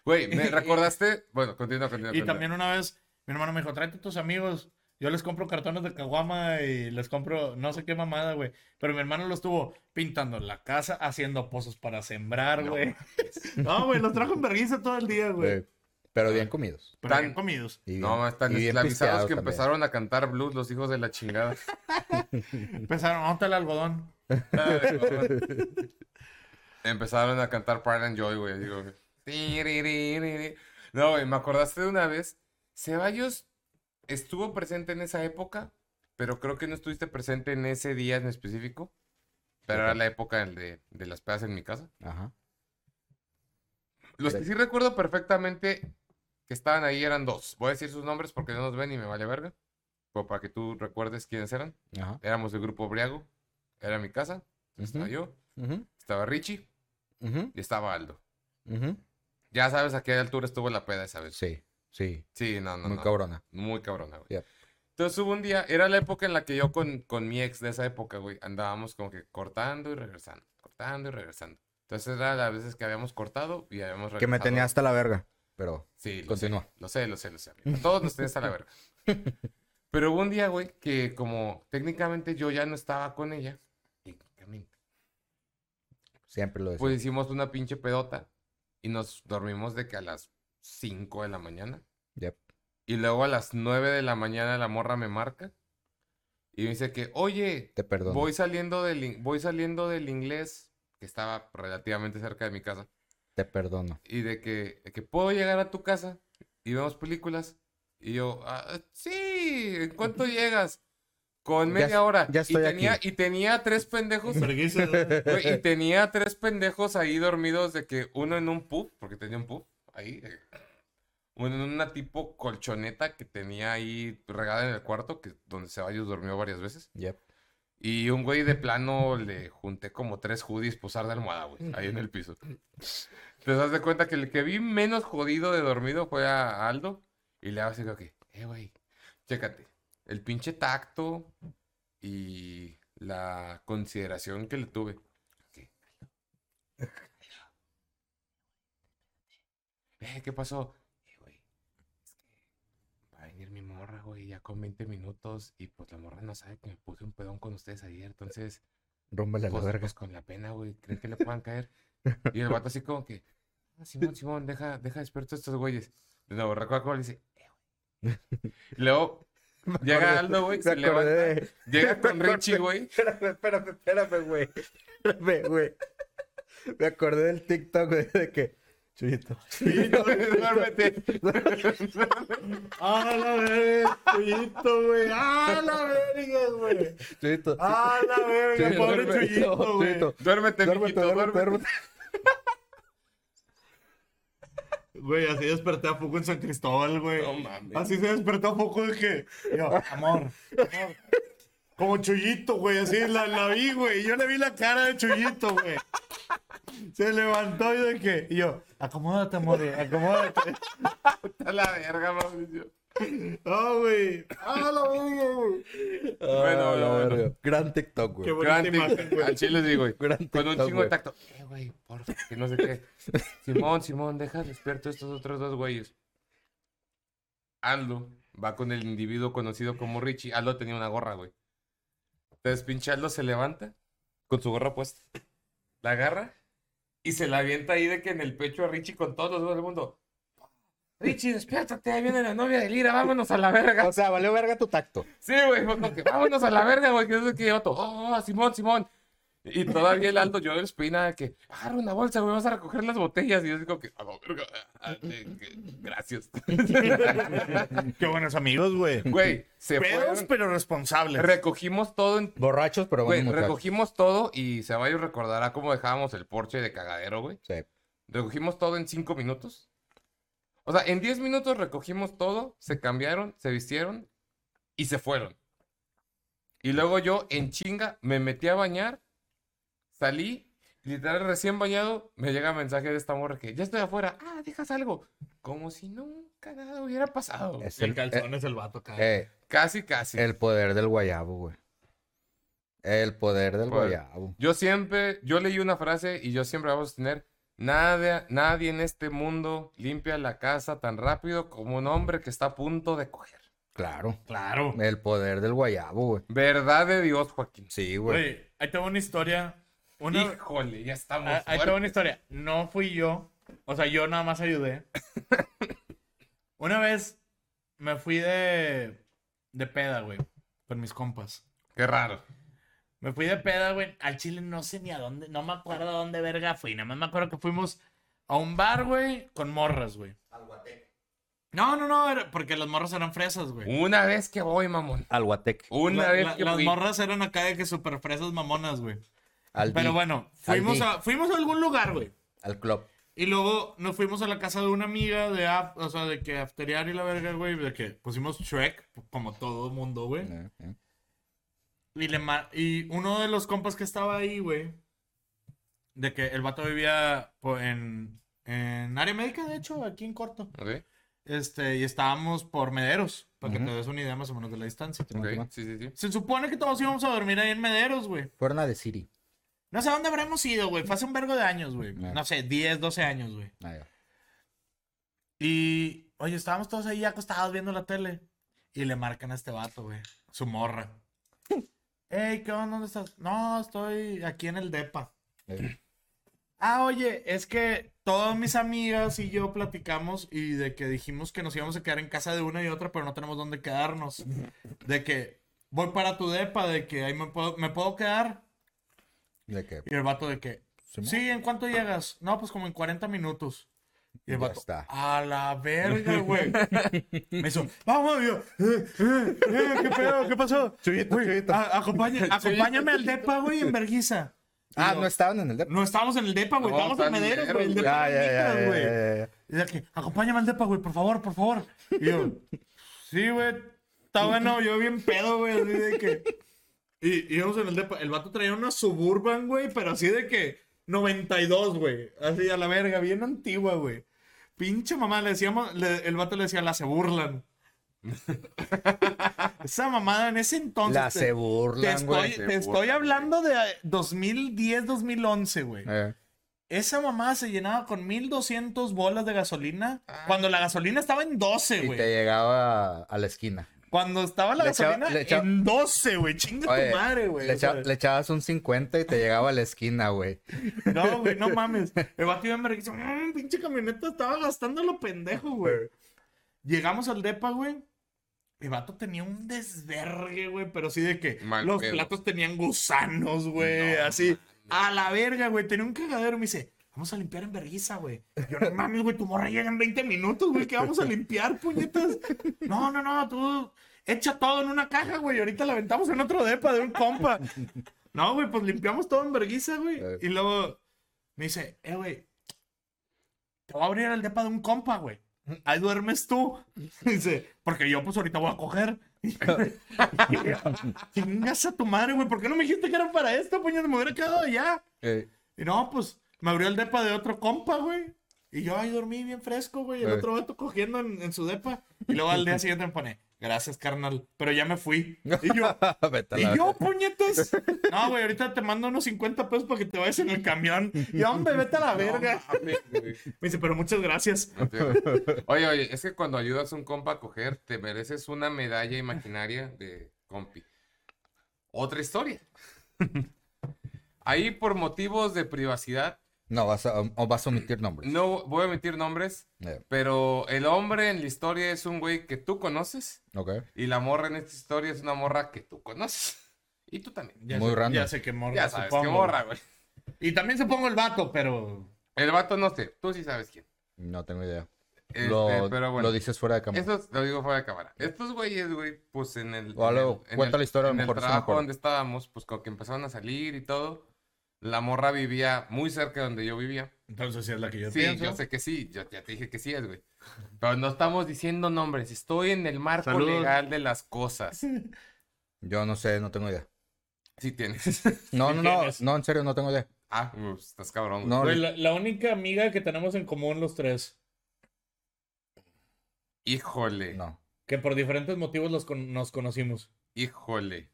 Güey, me recordaste. Bueno, continúa, continúa. Y continúa. también una vez mi hermano me dijo, tráete a tus amigos. Yo les compro cartones de caguama y les compro no sé qué mamada, güey. Pero mi hermano lo estuvo pintando en la casa, haciendo pozos para sembrar, No. güey. No, güey, los trajo en vergüenza todo el día, güey. güey. Pero bien comidos. Pero Tan- bien comidos. Y bien- Ah. No, están y bien esclavizados pisteados que también. empezaron a cantar blues los hijos de la chingada. Empezaron, ¿dónde está el algodón? empezaron a cantar Pride and Joy, güey. Digo, tiriririririri. no, güey, me acordaste de una vez. Ceballos estuvo presente en esa época, pero creo que no estuviste presente en ese día en específico. Pero era la época del de, de las pedas en mi casa. Ajá. Los que sí recuerdo perfectamente que estaban ahí eran dos. Voy a decir sus nombres porque no nos ven y me vale verga. Como para que tú recuerdes quiénes eran. Ajá. Éramos el grupo Briago. Era mi casa. Estaba Ujú. yo, Ujú, estaba Richie ujú, y estaba Aldo. ujú. Ya sabes a qué altura estuvo la peda esa vez. Sí, sí. Sí, no, no, Muy no. cabrona. Muy cabrona, güey. Yep. Entonces hubo un día, era la época en la que yo con, con mi ex de esa época, güey, andábamos como que cortando y regresando, cortando y regresando. Entonces era las veces que habíamos cortado y habíamos regresado. Que me tenía hasta la verga. Pero. Sí, lo Continúa. sé, Lo sé, lo sé, lo sé. amigo. A Todos nos tenías a la verga. Pero hubo un día, güey, que como técnicamente yo ya no estaba con ella, técnicamente, Siempre lo decía. pues hicimos una pinche pedota y nos dormimos de que a las 5 de la mañana. Yep. Y luego a las 9 de la mañana la morra me marca y me dice que, oye, Te perdono. voy saliendo, del, in- voy saliendo del inglés, que estaba relativamente cerca de mi casa, Te perdono. y de que, de que puedo llegar a tu casa y vemos películas. Y yo, "Ah, sí, ¿en cuánto llegas? Con Ya media es- hora. ya estoy y tenía, aquí. Y tenía tres pendejos. Verguiza, güey. güey, y tenía tres pendejos ahí dormidos de que uno en un pub, porque tenía un pub ahí. de- uno en una tipo colchoneta que tenía ahí regada en el cuarto, que donde Ceballos durmió varias veces. Yep. Y un güey de plano le junté como tres hoodies posar de almohada, güey, ahí en el piso. Te das de cuenta que el que vi menos jodido de dormido fue a Aldo. Y le hago así, como que, eh, güey, chécate. El pinche tacto y la consideración que le tuve. Que, Eh, ¿qué pasó? Eh, güey, es que va a venir mi morra, güey, ya con 20 minutos. Y pues la morra no sabe que me puse un pedón con ustedes ayer, entonces Rómbale a la pues, verga. pues con la pena, güey. ¿Creen que le puedan caer? Y el vato así como que, "Ah, Simón, Simón, deja, deja despierto a estos güeyes. De nuevo, recuerda cómo le dice, eh, güey. Y Luego llega Aldo, güey, se Me acordé levanta. de- Llega con Me acordé. Richie, güey. Espérame, espérame, espérame, güey. Espérame, güey. Me acordé del TikTok, güey, de que. Chuyito. Y duérmete. ¡Ah, la verga! Chuyito, güey! ¡Ah, la verga, güey! Chuyito. ¡Ah, la verga! Chuyito, ¡Pobre duérmete, Chuyito, güey! Chuyito. Duérmete, Duérmete, mijito, duérmete, duérmete. duérmete. Güey, así desperté a poco en San Cristóbal, güey. No mames. Así se despertó a poco de que. Yo, amor, amor. Como Chuyito, güey. Así la, la vi, güey. Yo le vi la cara de Chuyito, güey. Se levantó y de que. Y yo, acomódate, amor, acomódate. A la verga, Mauricio. No, güey. Ah, la verga, güey. Bueno, Ah, la bueno, verga. Gran TikTok, güey. Qué bonita Gran imagen, tic- güey. Al chile sí, güey. Gran Con un TikTok, chingo de güey. tacto. Eh, güey, porfa, que no sé qué. Simón, Simón, deja despierto a estos otros dos güeyes. Aldo va con el individuo conocido como Richie. Aldo tenía una gorra, güey. Entonces, pinche Aldo se levanta con su gorra puesta. La agarra y se la avienta ahí de que en el pecho a Richie con todos los dos del mundo. Richie, despiértate, ahí viene la novia de Lira, vámonos a la verga. O sea, valió verga tu tacto. Sí, güey, fue como que vámonos a la verga, güey, que es lo que yo to- Oh, oh, Simón, Simón. Y todavía el Aldo yo espina de que, agarra una bolsa, güey, vas a recoger las botellas. Y yo digo que, a la verga, ah, eh, que- gracias. Qué buenos amigos, güey. Güey, se Pedos, fueron, pero responsables. recogimos todo en Borrachos, pero Güey, bueno, muchachos. recogimos todo y Ceballos recordará cómo dejábamos el porche de cagadero, güey. Sí. Recogimos todo en cinco minutos. O sea, en 10 minutos recogimos todo, se cambiaron, se vistieron y se fueron. Y luego yo en chinga me metí a bañar, salí, literal recién bañado, me llega mensaje de esta morra que ya estoy afuera, ah, dejas algo. Como si nunca nada hubiera pasado. Es El el, calzón es el vato, cabrón. eh, eh, Casi, casi. el poder del guayabo, güey. El poder del Poder. guayabo. Yo siempre, yo leí una frase y yo siempre vamos a tener, nadie, nadie en este mundo limpia la casa tan rápido como un hombre que está a punto de coger. Claro. Claro. eh, El poder del guayabo, güey. Verdad de Dios, Joaquín. Sí, güey. Güey, ahí te va una historia. Una, Híjole, ya estamos. Ah, Ahí te va fuertes. una historia. No fui yo. O sea, yo nada más ayudé. una vez me fui de. de peda, güey. Con mis compas. Qué raro. Me fui de peda, güey. Al Chile no sé ni a dónde. No me acuerdo a dónde verga fui. Nada más me acuerdo que fuimos a un bar, güey. Con morras, güey. No, no, no. era- porque las morras eran fresas, güey. Una vez que voy, mamón. Al guatec. Una La- vez la- que las fui. morras eran acá de que super fresas mamonas, güey. Al, Pero di- bueno, fuimos Aldi. a, fuimos a algún lugar, güey. al club. Y luego nos fuimos a la casa de una amiga de, af- o sea, de que afterear y la verga, güey, de que pusimos Shrek, como todo mundo, güey. Eh, eh. Y, le ma- y uno de los compas que estaba ahí, güey, de que el vato vivía po- en, en área médica, de hecho, aquí en Corto. ¿Ok? Este, y estábamos por Mederos, para que Ujú. te des una idea más o menos de la distancia. ok, Simón. Sí, sí, sí. Se supone que todos íbamos a dormir ahí en Mederos, güey. Fueron a The City. No sé a dónde habremos ido, güey. Fue hace un vergo de años, güey. Ah. No sé, 10, 12 años, güey. Ah, ya. Y, oye, estábamos todos ahí acostados viendo la tele. Y le marcan a este vato, güey. Su morra. Ey, ¿qué onda? ¿Dónde estás? No, estoy aquí en el DEPA. Eh, Ah, oye, es que todas mis amigas y yo platicamos y de que dijimos que nos íbamos a quedar en casa de una y otra, pero no tenemos dónde quedarnos. De que voy para tu DEPA, de que ahí me puedo, me puedo quedar. De que. Y el vato de que, Simón. Sí, ¿en cuánto llegas? No, pues como en 40 minutos. Y el Ya vato, está. a la verga, güey. Me hizo, vamos, y yo, eh, eh, eh, ¿qué pedo? ¿Qué pasó? Chuyito, Güey, chuyito. a- acompaña- acompáñame al depa, güey, en Berguisa. Ah, no estaban en el depa. No estábamos en el depa, güey, No, estábamos en están en Mederos, güey, el Mederos, depa Ya, era ya, ya, Micras, ya, güey. ya, ya. Y de que, acompáñame al depa, güey, por favor, por favor. Y yo, sí, güey, está bueno, yo bien pedo, güey, así de que... Y y íbamos en el depa, el vato traía una Suburban, güey, pero así de que 92, güey, así a la verga, bien antigua, güey. Pinche mamá, le decíamos, le- el vato le decía, la se burlan. Esa mamada en ese entonces... La te- se te burlan, estoy, güey. se te estoy burlan, güey. hablando de eh, 2010, 2011, güey. Eh, Esa mamá se llenaba con 1200 bolas de gasolina cuando la gasolina estaba en 12, Ah. y te güey. llegaba a la esquina. Cuando estaba la Le echaba- gasolina le echaba- en 12, güey. Chinga Oye, tu madre, güey. Le, O sea, echa- le echabas un 50 y te llegaba a la esquina, güey. No, güey, no mames. El vato iba en verga y dice, "Mm, pinche camioneta estaba gastando lo pendejo, güey. Llegamos al depa, güey. El vato tenía un desvergue, güey, pero sí de que Mal los pedo. platos tenían gusanos, güey, No así. A la verga, güey, tenía un cagadero. Me dice, vamos a limpiar en vergüenza, güey. Yo, no mames, güey, tu morra llega en 20 minutos, güey, que vamos a limpiar, puñetas. No, no, no, tú echa todo en una caja, güey, y ahorita la aventamos en otro depa de un compa. No, güey, pues limpiamos todo en vergüenza, güey. Eh. Y luego me dice, eh, güey, te voy a abrir el depa de un compa, güey. Ahí duermes tú. Dice, porque yo pues ahorita voy a coger. Chingas a tu madre, güey. ¿Por qué no me dijiste que era para esto, puño? Me hubiera quedado allá. Eh, Y no, pues me abrió el depa de otro compa, güey. Y yo ahí dormí bien fresco, güey. El Eh. otro vato cogiendo en, en su depa. Y luego al día siguiente me pone, gracias, carnal. Pero ya me fui. Y yo, vete a la y yo, verga. puñetas. No, güey, ahorita te mando unos 50 pesos para que te vayas en el camión. Y hombre, vete a la verga. Me dice, pero muchas gracias. Oye, oye, es que cuando ayudas a un compa a coger, te mereces una medalla imaginaria de compi. Otra historia. Ahí por motivos de privacidad, No, vas a, o vas a omitir nombres. no voy a omitir nombres, Eh, pero el hombre en la historia es un güey que tú conoces ok. y la morra en esta historia es una morra que tú conoces. Y tú también. Ya Muy sé, random. Ya sé que morra, Ya sabes qué supongo. morra, güey. Y también supongo el vato, pero... El vato no sé, tú sí sabes quién. No tengo idea. Este, lo, pero bueno. lo dices fuera de cámara. Eso lo digo fuera de cámara. Estos güeyes, güey, pues en el. O en luego, el- en cuenta el- la historia, a lo En el mejor se me trabajo acuerda. donde estábamos, pues con que empezaron a salir y todo. La morra vivía muy cerca de donde yo vivía. Entonces sí es la que yo sí, pienso. yo sé que sí. Yo ya te dije que sí es, güey. Pero no estamos diciendo nombres. Estoy en el marco Salud. legal de las cosas. Yo no sé, no tengo idea. Sí tienes. No, ¿Y no, no, quién es? no, en serio, no tengo idea. ah, pues, estás cabrón. güey. No, Güey, li- la, la única amiga que tenemos en común los tres, Híjole. no. que por diferentes motivos los con- nos conocimos. Híjole.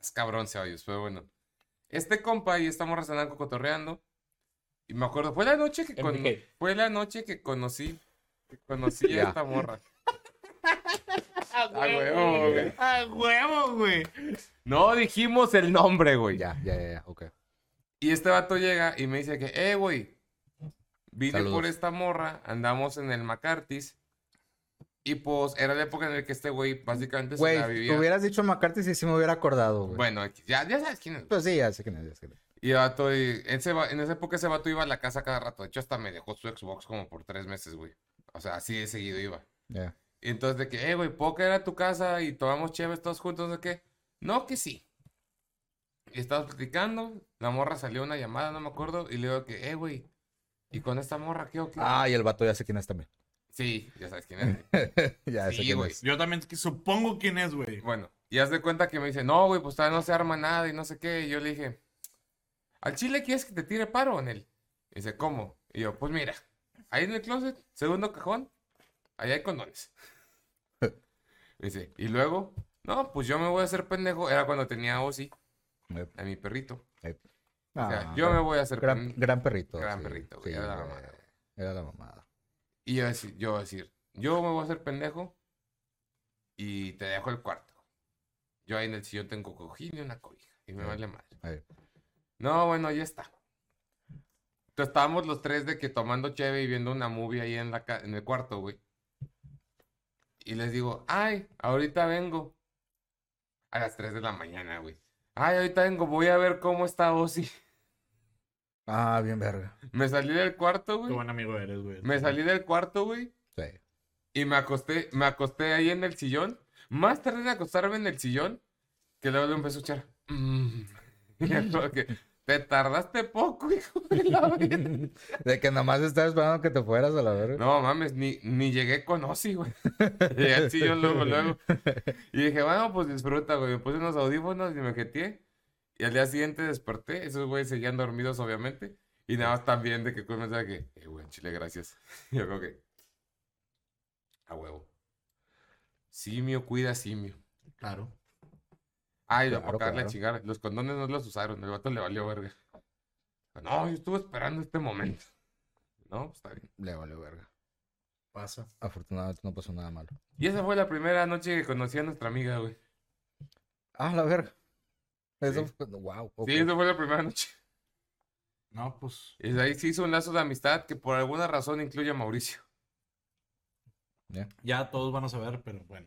Es cabrón, Ceballos, pero bueno. Este compa y esta morra se andaban cotorreando. Y me acuerdo, fue la noche que, con- MK. fue la noche que conocí. que conocí Ya. a esta morra. ¡A huevo, Ah, güey. ¡A huevo, güey! No dijimos el nombre, güey. Ya, ya, ya, ya, ok. Y este vato llega y me dice que, eh, güey, vine Saludos. por esta morra, andamos en el McCarthy's. Y pues era la época en la que este güey básicamente se la Güey, vivía. tú hubieras dicho McCarthy si sí me hubiera acordado, güey. Bueno, ya, ya sabes quién es. Pues sí, ya sé que no, ya sé que no. Y el vato, y ese va- en esa época ese vato iba a la casa cada rato. De hecho, hasta me dejó su Xbox como por tres meses, güey. O sea, así de seguido iba. Ya. Y entonces de que, eh, güey, ¿puedo caer a tu casa y tomamos chéves todos juntos? ¿De qué? No, que sí. Y estábamos platicando. La morra salió una llamada, no me acuerdo. Y le digo que, eh, güey, ¿y con esta morra qué o qué? Ah, y el vato ya sé quién es también. Sí, ya sabes quién es. ya Sí, sé quién güey. es. Yo también que- supongo quién es, güey. Bueno, Y haz de cuenta que me dice, no, güey, pues todavía no se arma nada y no sé qué. Y yo le dije, ¿al chile quieres que te tire paro en él? Y dice, ¿cómo? Y yo, pues mira, ahí en el closet, segundo cajón, ahí hay condones. Y dice, y luego, no, pues yo me voy a hacer pendejo. Era cuando tenía a Ozzy, Ep, a mi perrito. ep. O sea, Ah, yo me voy a hacer gran, pendejo. gran perrito. gran sí, perrito, güey, sí, era la güey, mamada. Era la mamada. Y yo decir, yo decir, yo me voy a hacer pendejo y te dejo el cuarto. Yo ahí en el sillón tengo cojín y una cobija. Y me Ey. vale madre. Ey. No, bueno, ya está. Entonces estábamos los tres de que tomando cheve y viendo una movie ahí en, la ca- en el cuarto, güey. Y les digo, ay, ahorita vengo. A las 3 de la mañana, güey. Ay, ahorita vengo, voy a ver cómo está Ozzy. Ah, bien verga. Me salí del cuarto, Qué güey. buen amigo eres, güey. Me salí del cuarto, güey. Sí. Y me acosté, me acosté ahí en el sillón. Más tarde en acostarme en el sillón, que luego le empecé a escuchar. "Mm". Y ya como que, te tardaste poco, hijo de la verga". De que nomás estaba esperando que te fueras a la verga. No mames, ni, ni llegué con Ozzy, güey. Llegué al sillón luego, luego. Y dije, bueno, pues disfruta, güey. Me puse unos audífonos y me jeteé. Y al día siguiente desperté. Esos güeyes seguían dormidos, obviamente. Y nada más también de que me mensaje que, eh, güey, en chile, gracias. Y yo creo que, a huevo. Simio cuida simio. Claro. Ay, lo Claro, apagarle a claro. chingar. Los condones no los usaron, el vato le valió verga. No, yo estuve esperando este momento. No, pues está bien. Le valió verga. Pasa. Afortunadamente no pasó nada malo. Y esa fue la primera noche que conocí a nuestra amiga, güey. Ah, la verga. Eso Sí. fue- wow. Sí, esa fue la primera noche. No, pues. Y de ahí se hizo un lazo de amistad que por alguna razón incluye a Mauricio. Ya todos van a saber, pero bueno.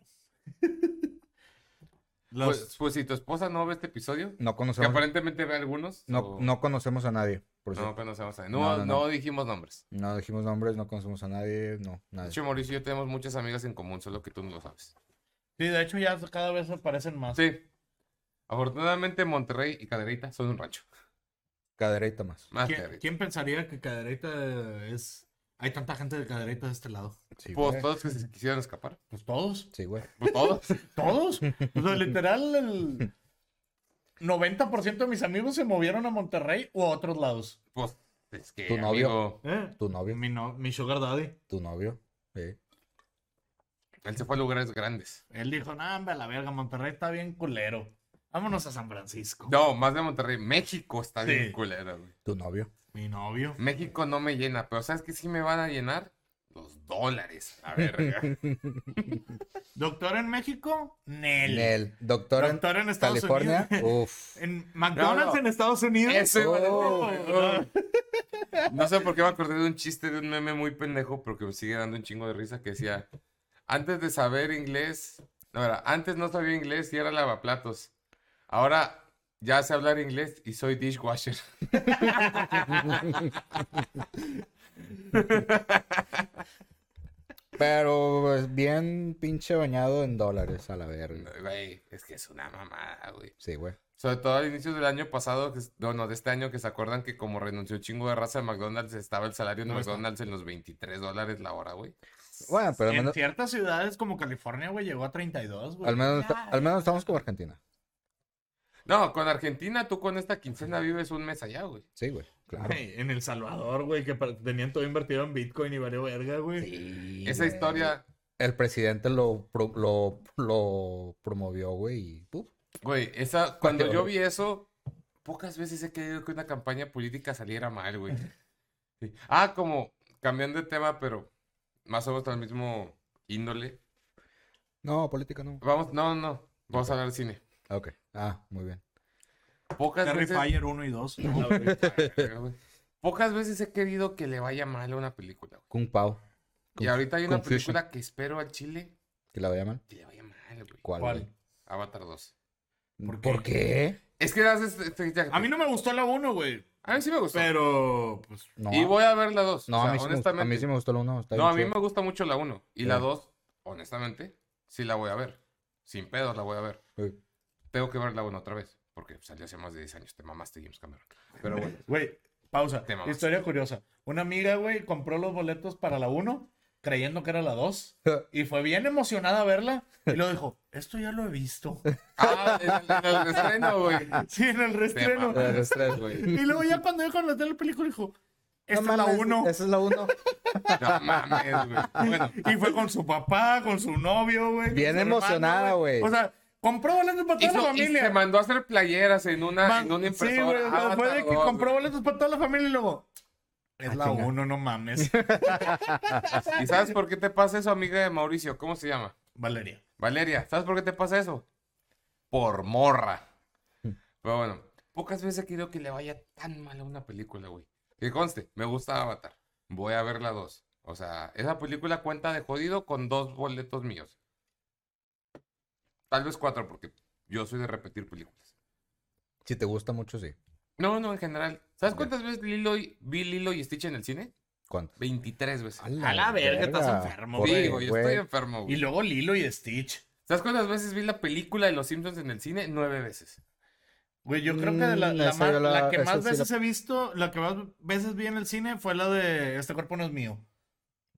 Los- Pues, pues si tu esposa no ve este episodio, No que conocemos, aparentemente ve algunos. no, o- no conocemos a nadie. Por no pues. cierto. conocemos a- No, No, no, no, no. dijimos nombres. No. dijimos nombres, no conocemos a nadie. No, De nadie. hecho, Mauricio y yo tenemos muchas amigas en común, solo que tú no lo sabes. Sí, de hecho ya cada vez aparecen más. Sí. Afortunadamente, Monterrey y Cadereyta son un rancho. Cadereita más. Más ¿Quién, Cadereyta. quién pensaría que Cadereyta es... Hay tanta gente de Cadereyta de este lado. Sí, Pues güey. todos que se quisieron escapar. Pues todos. Sí, güey. Pues todos. ¿Todos? O sea, literal, el 90% de mis amigos se movieron a Monterrey o a otros lados. Pues es que. Tu novio. amigo, ¿Eh? Tu novio. Mi, no- mi sugar daddy. Tu novio. eh, Sí. él se fue a lugares grandes. Él dijo, no, hombre, a la verga, Monterrey está bien culero. Vámonos a San Francisco. No, más de Monterrey. México está Sí. bien culero, güey. Tu novio. Mi novio. México no me llena, pero ¿sabes qué sí me van a llenar? Los dólares, la verga. ¿Doctor en México? Nel. El doctor en Doctor en Estados California. Unidos. Uf. En McDonald's No, no. en Estados Unidos. Eso iba a decir, Oh, güey. no. No sé por qué me acordé de un chiste de un meme muy pendejo, pero que me sigue dando un chingo de risa, que decía, antes de saber inglés, no, era, antes no sabía inglés y era lavaplatos. Ahora ya sé hablar inglés y soy dishwasher. Pero pues, bien pinche bañado en dólares a la verga. Güey, es que es una mamada, güey. Sí, güey. Sobre todo al inicio del año pasado, que, es- no, no, de este año, que se acuerdan que como renunció un chingo de raza de McDonald's, estaba el salario de No está. McDonald's en los 23 dólares la hora, güey. Bueno, pero al En menos, ciertas ciudades como California, güey, llegó a 32, güey. al menos, al menos estamos como Argentina. No, con Argentina, tú con esta quincena vives un mes allá, güey. Sí, güey. Claro. Güey, en El Salvador, güey, que pa- tenían todo invertido en Bitcoin y valió verga, güey. Sí, Esa güey. historia... El presidente lo, pro- lo, lo promovió, güey. Y, puf. Güey, esa, cuando yo horror. vi eso, pocas veces he querido que una campaña política saliera mal, güey. Sí. Ah, como, cambiando de tema, pero más o menos al mismo índole. No, política no. Vamos, no, no, vamos a hablar de cine. Ah, Ok. Ah, muy bien. Pocas Terry veces, eh, Fire 1 y 2. güey, pocas veces he querido que le vaya mal a una película, güey. Kung Pao. Y Conf- ahorita hay una Confusion. película que espero al Chile ¿Que la llaman? que le vaya mal, güey. ¿Cuál? ¿Cuál? güey? Avatar 2. ¿Por ¿Por qué? Es que haces- este, ya- A mí no me gustó la 1, güey. a mí sí me gustó. Pero, pues, No, Y voy a ver la 2. no o sea, a, mí sí me gustó- a mí honestamente. sí me gustó la uno. está No, bien a mí chida. me gusta mucho la 1. Y la Ya. 2, honestamente, sí la voy a ver. Sin pedos la voy a ver. Sí. Tengo que ver la 1 otra vez. Porque pues, salió hace más de 10 años. Te mamaste, James Cameron. Pero bueno. güey, pausa. Te mamaste. Historia curiosa. Una amiga, güey, compró los boletos para la 1 creyendo que era la 2. Y fue bien emocionada a verla. Y luego dijo, esto ya lo he visto. Ah, en el, en el estreno, güey. Sí, en el reestreno. mamaste. Los tres, güey. Y luego ya cuando dijo la tele película dijo, esta No es la mames, 1. Esa es la 1. No mames, güey. Bueno, Y fue con su papá, con su novio, güey. con Bien su hermano, emocionada, güey. O sea, compró boletos para toda hizo- la y familia. se mandó a hacer playeras en una, Man- en una Sí, güey, impresora. o sea, Ah, fue de que tardó, compró güey. boletos para toda la familia y luego. Es la Ah, chinga. 1, no mames. ¿Y sabes por qué te pasa eso, amiga de Mauricio? ¿Cómo se llama? Valeria. Valeria, ¿sabes por qué te pasa eso? Por morra. Mm. Pero bueno, pocas veces he querido que le vaya tan mal a una película, güey. Que conste, me gusta Avatar. Voy a ver la 2. O sea, esa película cuenta de jodido con dos boletos míos. Tal vez cuatro, porque yo soy de repetir películas. Si te gusta mucho, sí. No, no, en general. ¿Sabes Ya. cuántas veces Lilo y- vi Lilo y Stitch en el cine? ¿Cuánto? 23 veces. A la verga, estás enfermo, Por- Sí, güey, yo estoy enfermo, Y güey. luego Lilo y Stitch. ¿Sabes cuántas veces vi la película de Los Simpsons en el cine? Nueve veces. Güey, yo creo que de la, Mm, la esa más- yo la- la que esa más sí la- veces he visto, la que más veces vi en el cine fue la de Este cuerpo no es mío.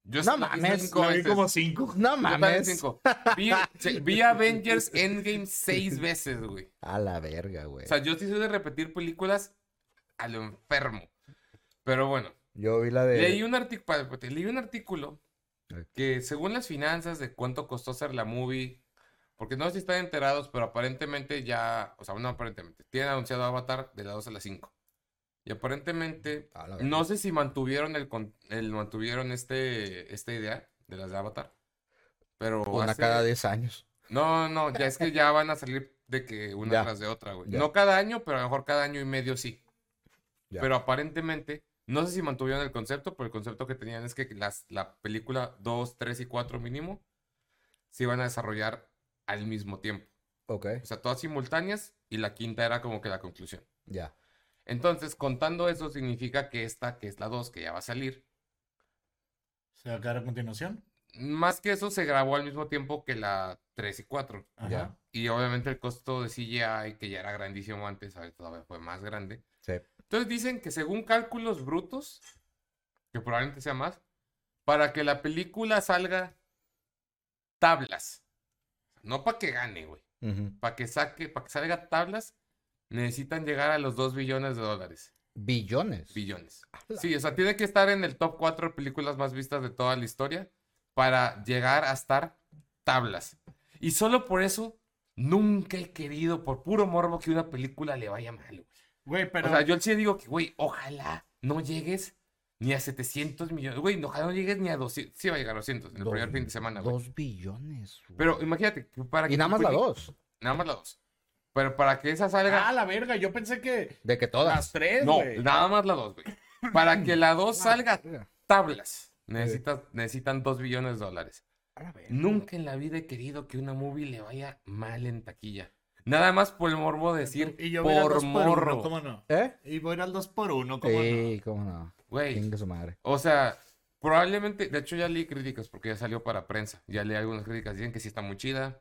Yo No sí la vi mames, cinco la vi veces. como cinco. No Yo también mames. cinco. Vi, che- vi Avengers Endgame seis veces, güey. A la verga, güey. O sea, yo sí soy de repetir películas a lo enfermo. Pero bueno, Yo vi la de. leí un, artículo, leí un artículo Eh. que según las finanzas de cuánto costó hacer la movie, porque no sé si están enterados, pero aparentemente ya, o sea, no aparentemente, tienen anunciado Avatar de las 2 a las 5. Y aparentemente, A la verga. no sé si mantuvieron el, con- el mantuvieron este, esta idea de las de Avatar. Pero Una hace- cada 10 años. no, no, ya es que ya van a salir de que una Ya. tras de otra, güey. Ya. No cada año, pero a lo mejor cada año y medio sí. Ya. Pero aparentemente, no sé si mantuvieron el concepto, pero el concepto que tenían es que las, la película 2, 3 y 4 mínimo se iban a desarrollar al mismo tiempo. Ok, O sea, todas simultáneas y la quinta era como que la conclusión. ya. Entonces, contando eso significa que esta, que es la 2, que ya va a salir, Se va a quedar a continuación. más que eso se grabó al mismo tiempo que la 3 y 4. Ajá. Ya. Y obviamente el costo de CGI, que ya era grandísimo antes, ahora todavía fue más grande. Sí. Entonces dicen que según cálculos brutos, que probablemente sea más, para que la película salga tablas. No para que gane, güey. Ujú. Para que saque, para que salga tablas, necesitan llegar a los 2 billones de dólares. Billones. Billones. la Sí, o sea, tiene que estar en el top 4 películas más vistas de toda la historia para llegar a estar tablas. Y solo por eso nunca he querido, por puro morbo, que una película le vaya mal. güey. Güey, pero. O sea, yo sí digo que, güey, ojalá no llegues ni a 700 millones. Güey, no, ojalá no llegues ni a 200. Sí va a llegar a 200 en el Dos- primer fin de semana, güey. Dos billones. güey. Pero imagínate, que para Y que nada tu más la peli- dos. Nada más la 2. Pero para que esa salga... Ah, la verga, yo pensé que De que las todas. tres, no, güey. nada más la 2, güey. Para que la 2 salga verga. tablas. Necesitas, necesitan 2 billones de dólares. A la verga. Nunca en la vida he querido que una movie le vaya mal en taquilla. Nada más por el morbo de decir Y yo voy a ir al por dos por uno, morro. ¿cómo no? ¿Eh? Y voy a ir al 2 por 1, ¿cómo no? Sí, cómo no. Güey, Chingue su madre. o sea, probablemente, de hecho ya leí críticas porque ya salió para prensa. Ya leí algunas críticas, dicen que sí está muy chida.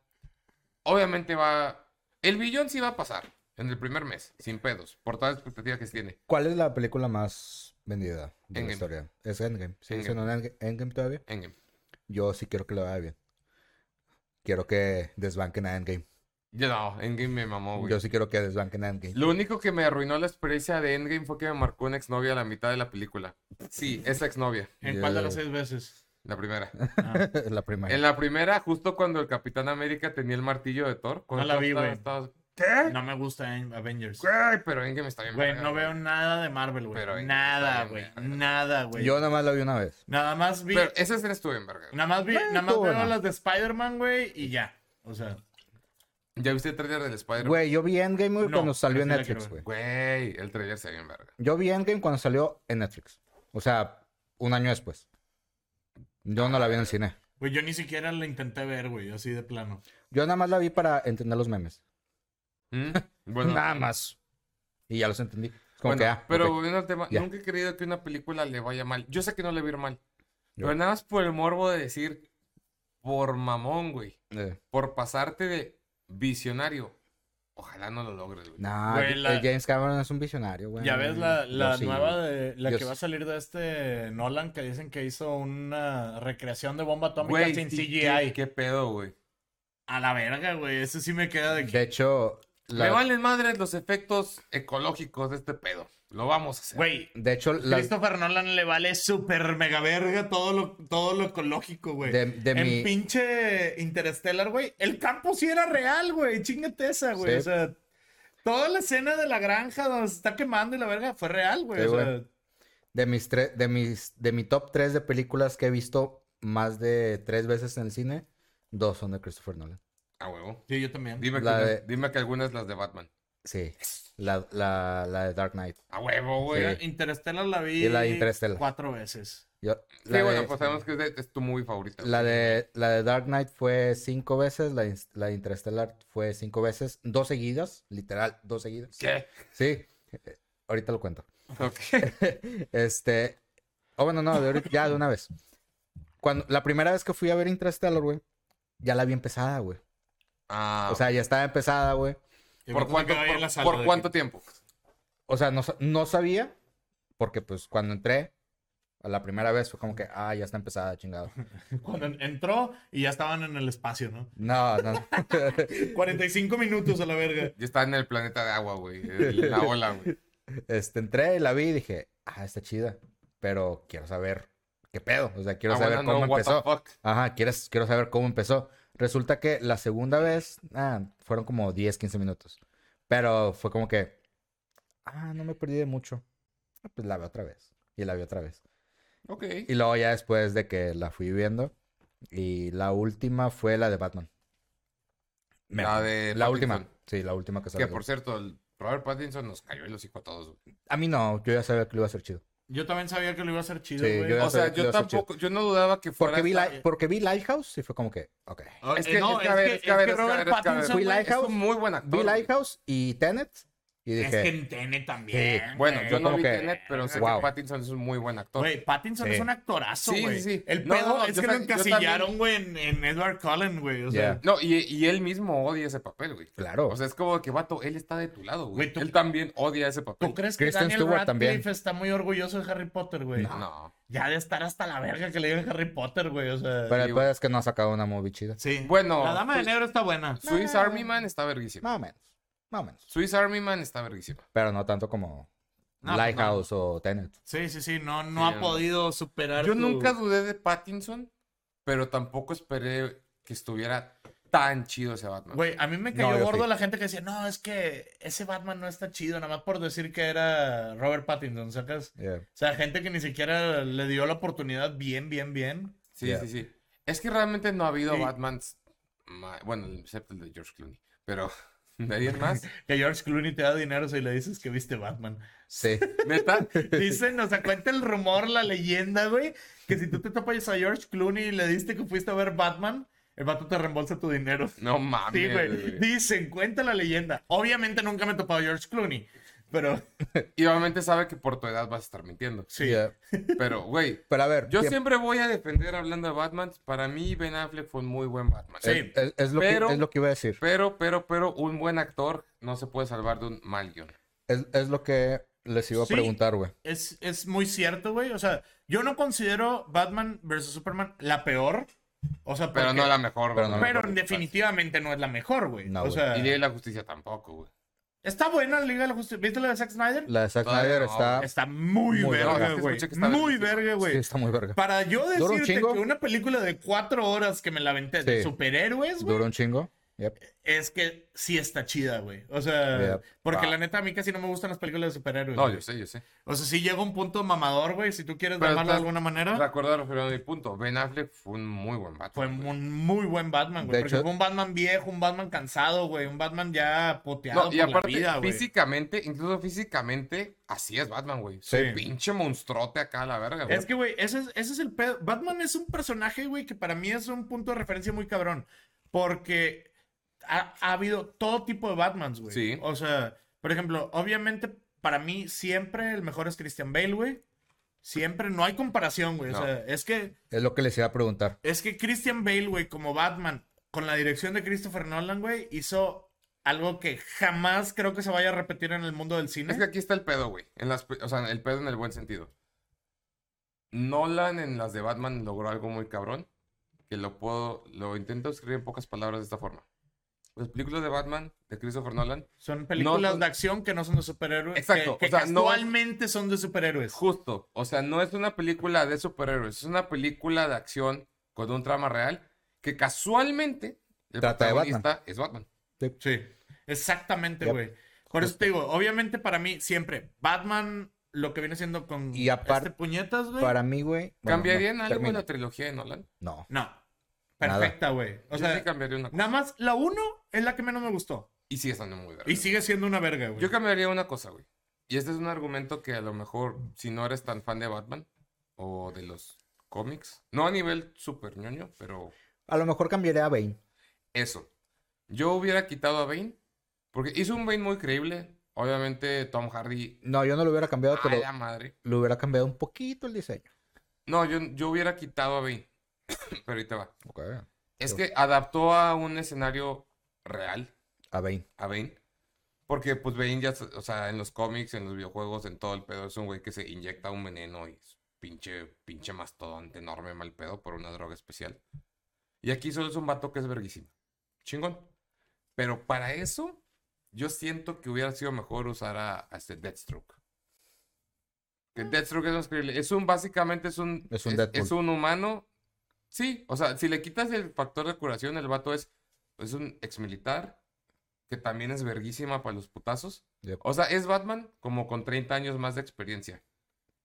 Obviamente va... El billón sí va a pasar en el primer mes, sin pedos, por toda la expectativa que se tiene. ¿Cuál es la película más vendida de Endgame. la historia? Es Endgame. ¿Sigue Endgame. siendo un Endgame, Endgame todavía? Endgame. Yo sí quiero que le vaya bien. Quiero que desbanquen a Endgame. Yo no, Endgame me mamó, güey. Yo sí quiero que desbanquen a Endgame. Lo único que me arruinó la experiencia de Endgame fue que me marcó una exnovia a la mitad de la película. Sí, esa exnovia, ¿En cuál de Yo- las seis veces? la primera. Ah, Es la primera. En la primera, justo cuando el Capitán América tenía el martillo de Thor. cuando la vi, estaba- güey. estaba- Ah, no me gusta en Avengers. Güey, pero Endgame está bien. Güey, verga, no veo nada de Marvel, güey. Pero ahí nada, está güey. bien, verga. Nada, güey. Yo nada más la vi una vez. Nada más vi. Pero esa escena estuvo bien, verga. Nada más vi. Bueno, Nada más estuvo veo buena. las de Spider-Man, güey, y ya. O sea, ¿Ya viste el trailer del Spider-Man? Güey. Güey, yo vi Endgame güey, No, cuando salió en esa sí la quiero Netflix, ver. güey. el trailer se ve bien, verga. Yo vi Endgame cuando salió en Netflix. O sea, un año después. Yo no la vi en el cine. güey, yo ni siquiera la intenté ver, güey, así de plano. Yo nada más la vi para entender los memes. ¿Mm? Bueno, nada más. Y ya los entendí. Es como bueno, que, ah, pero ok. volviendo al tema, Ya. nunca he querido que una película le vaya mal. Yo sé que no le va a ir mal. Yo- Pero nada más por el morbo de decir, por mamón, güey. Eh, por pasarte de visionario Ojalá no lo logres, güey. No, Güey, el- la- el James Cameron es un visionario, güey. ya ves la, la Yo sí, nueva güey. de la Yo que sí. va a salir de este Nolan que dicen que hizo una recreación de bomba atómica Güey, sin sí, CGI. ¿Qué, qué pedo, güey? A la verga, güey. Eso sí me queda de que. De hecho, la- Me valen madres los efectos ecológicos de este pedo. Lo vamos a hacer. Güey, de hecho, la- Christopher Nolan le vale súper mega verga todo lo, todo lo ecológico, güey. de, de en mi... pinche Interstellar, güey. El campo sí era real, güey. Chingate esa, güey. Sí. O sea, toda la escena de la granja donde se está quemando y la verga fue real, güey. Sí, o sea, De mis tres, de mis, de mi top 3 de películas que he visto más de tres veces en el cine, dos son de Christopher Nolan. A huevo. sí, yo también. Dime que, La una- de- dime que algunas las de Batman. Sí. La, la, la de Dark Knight. A huevo, Yo güey. Sí. Interstellar la vi Y la de Interstellar. cuatro veces. Yo- Sí, la, bueno, de, este, pues sabemos que es, de- es tu movie favorita. la, güey. de, la de Dark Knight fue cinco veces, la, de Inst- la de Interstellar fue cinco veces, dos seguidas, literal, dos seguidas. ¿Qué? Sí, eh, ahorita lo cuento. Ok. Este, oh, bueno, no, de ahorita- ya de una vez. Cuando, la primera vez que fui a ver Interstellar, güey, ya la vi empezada, güey. Ah, O sea, ya estaba empezada, güey. ¿por cuánto, por- por cuánto tiempo? O sea, no, sa- no sabía, porque pues cuando entré, a la primera vez fue como que, ah, ya está empezada, chingado. Cuando en- entró y ya estaban en el espacio, ¿no? No, no. no. 45 minutos a la verga. Yo estaba en el planeta de agua, güey. en La ola, güey. Este, entré, la vi y dije, ah, está chida, pero quiero saber qué pedo. O sea, quiero Ah, saber bueno, cómo no, what the empezó. fuck. Ajá, quieres, quiero saber cómo empezó. Resulta que la segunda vez, ah, fueron como 10, 15 minutos. Pero fue como que, ah, no me perdí de mucho. Ah, Pues la vi otra vez. Y la vi otra vez. Ok. Y luego ya después de que la fui viendo. Y la última fue la de Batman. Me- La de La última. Pattinson. Sí, la última que Que salió. por cierto, el Robert Pattinson nos cayó el hocico a todos, güey. A mí no, yo ya sabía que lo iba a hacer chido. Yo también sabía que lo iba a hacer chido, Sí, güey. yo ya O sea, sabía que yo lo iba a hacer chido. tampoco, yo no dudaba que fuera. Porque vi, esta- Li- porque vi Lighthouse y fue como que, ok. Ah, Es eh, que, no, es que, a ver, es que, a ver, es que, a ver, Robert es que, a ver. Pattinson, güey, Fui Lighthouse, Es un muy buen actor. Vi güey. Lighthouse y Tenet y es dije, que en Tene también. Sí. Bueno, güey. yo no como vi que- Tenet, pero sé Wow. que Pattinson es un muy buen actor. Güey, Pattinson Sí. es un actorazo, Sí, güey. sí, sí. El No, pedo no, es yo que lo ta- yo encasillaron, güey, en, en Edward Cullen, güey. O sea, Yeah. No, y, y él mismo odia ese papel, güey. Claro. O sea, es como que, vato, él está de tu lado, güey. Güey, tú- Él también odia ese papel. ¿tú crees que Kristen Daniel Stewart Radcliffe también. está muy orgulloso de Harry Potter, güey? No. Ya de estar hasta la verga que le dieron Harry Potter, güey. O sea, pero sí, después es que no ha sacado una movie chida. sí. Bueno, La Dama de pues- Negro está buena. Swiss Army Man está verguísima. Más o menos. Más o menos. Swiss Army Man está verguísima. Pero no tanto como No, pues Lighthouse o Tenet. Sí, sí, sí. No, no Sí, ha no. podido superar. Yo su- nunca dudé de Pattinson, pero tampoco esperé que estuviera tan chido ese Batman. Güey, a mí me No, cayó yo gordo sí. la gente que decía, no, es que ese Batman no está chido, nada más por decir que era Robert Pattinson, ¿sacas? Yeah. O sea, gente que ni siquiera le dio la oportunidad bien, bien, bien. Sí, Yeah. sí, sí. Es que realmente no ha habido Sí. Batmans. ma- Bueno, excepto el de George Clooney. Pero, ¿de ahí en más? Que George Clooney te da dinero si le dices que viste Batman. Sí. ¿Neta? Dicen, o sea, cuenta el rumor, la leyenda, güey, que si tú te topas a George Clooney y le diste que fuiste a ver Batman, el vato te reembolsa tu dinero. No mames. Sí, güey. güey. Dicen, cuenta la leyenda. Obviamente nunca me he topado a George Clooney, pero Y obviamente sabe que por tu edad vas a estar mintiendo. sí. Yeah. Pero, güey, Pero a ver, yo tiemp- siempre voy a defender hablando de Batman. Para mí, Ben Affleck fue un muy buen Batman. Sí. es, es- es lo Pero- que, es lo que iba a decir. Pero, pero, pero, un buen actor no se puede salvar de un mal guión. Es, es lo que les iba a Sí. preguntar, güey. Es, es muy cierto, güey. O sea, yo no considero Batman vs. Superman la peor. O sea, Pero porque- no la mejor, Pero güey. no la Pero mejor. definitivamente no es la mejor, güey. No, o güey. sea, Y Liga de la Justicia tampoco, güey. está buena la Liga de la Justicia. ¿Viste la de Zack Snyder? La de Zack Todavía Snyder no, está... Está muy, Muy verga, verga. güey. Escuché que está Muy verguísima. verga, Este, güey. sí, está muy verga. Para yo Dura un decirte que chingo. una película de cuatro horas que me la aventé de Sí. superhéroes, güey, Duró un chingo. Yep. es que sí está chida, güey. O sea, Yeah. porque Ah. la neta a mí casi no me gustan las películas de superhéroes. No, güey. yo sé, yo sé. O sea, sí llega un punto mamador, güey, si tú quieres Pero llamarlo de estás- alguna manera. Recuerdo referirme a mi punto. Ben Affleck fue un muy buen Batman. Fue güey. un muy buen Batman, güey. De Porque hecho- fue un Batman viejo, un Batman cansado, güey. Un Batman ya poteado No, y por aparte, la vida, güey. físicamente, incluso físicamente, así es Batman, güey. Sí. Ese pinche monstruote acá a la verga, güey. Es que, güey, ese es, ese es el pedo. Batman es un personaje, güey, que para mí es un punto de referencia muy cabrón. Porque ha, ha habido todo tipo de Batmans, güey. Sí. O sea, por ejemplo, obviamente, para mí siempre el mejor es Christian Bale, güey. Siempre, no hay comparación, güey. O No. sea, es que Es lo que les iba a preguntar. Es que Christian Bale, güey, como Batman, con la dirección de Christopher Nolan, güey, hizo Algo que jamás creo que se vaya a repetir en el mundo del cine. Es que aquí está el pedo, güey. En las, pe- o sea, el pedo en el buen sentido. Nolan en las de Batman logró algo muy cabrón. Que lo puedo. Lo intento escribir en pocas palabras de esta forma. Las películas de Batman, de Christopher Nolan, Son películas no- de acción que no son de superhéroes. Exacto, Que, o sea, no- actualmente son de superhéroes. justo. O sea, no es una película de superhéroes. Es una película de acción con un trama real. Que casualmente el Trata de Batman. protagonista es Batman. Sí, exactamente, Yep. güey. Por eso te digo, obviamente para mí siempre Batman, lo que viene siendo con Y apar- este puñetas, güey. Para mí, güey. bueno, ¿Cambiarían no, algo termina. en la trilogía de Nolan? No. No, Nada. perfecta, güey. O Yo sea, sí cambiaría una cosa. nada más la uno es la que menos me gustó. Y sigue estando muy verga. Y sigue siendo una verga, güey. Yo cambiaría una cosa, güey. Y este es un argumento que a lo mejor, si no eres tan fan de Batman o de los cómics, no a nivel super ñoño, pero A lo mejor cambiaré a Bane. eso. Yo hubiera quitado a Bane, porque hizo un Bane muy creíble. Obviamente, Tom Hardy. No, yo no lo hubiera cambiado, ¡A pero la madre! lo hubiera cambiado un poquito el diseño. No, yo, yo hubiera quitado a Bane. pero ahorita va. Ok. Es Yo- que adaptó a un escenario real A Bane. a Bane. Porque, pues, Bane ya, se- o sea, en los cómics, en los videojuegos, en todo el pedo, es un güey que se inyecta un veneno y es pinche, pinche mastodonte enorme mal pedo por una droga especial. Y aquí solo es un vato que es verguísimo. Chingón. Pero para eso, yo siento que hubiera sido mejor usar a, a este Deathstroke. Que Deathstroke es más creíble. Es un, básicamente, es un... Es un Deadpool. es un humano. Sí, o sea, si le quitas el factor de curación, el vato es, es un exmilitar que también es verguísima para los putazos. Yep. O sea, es Batman como con 30 años más de experiencia.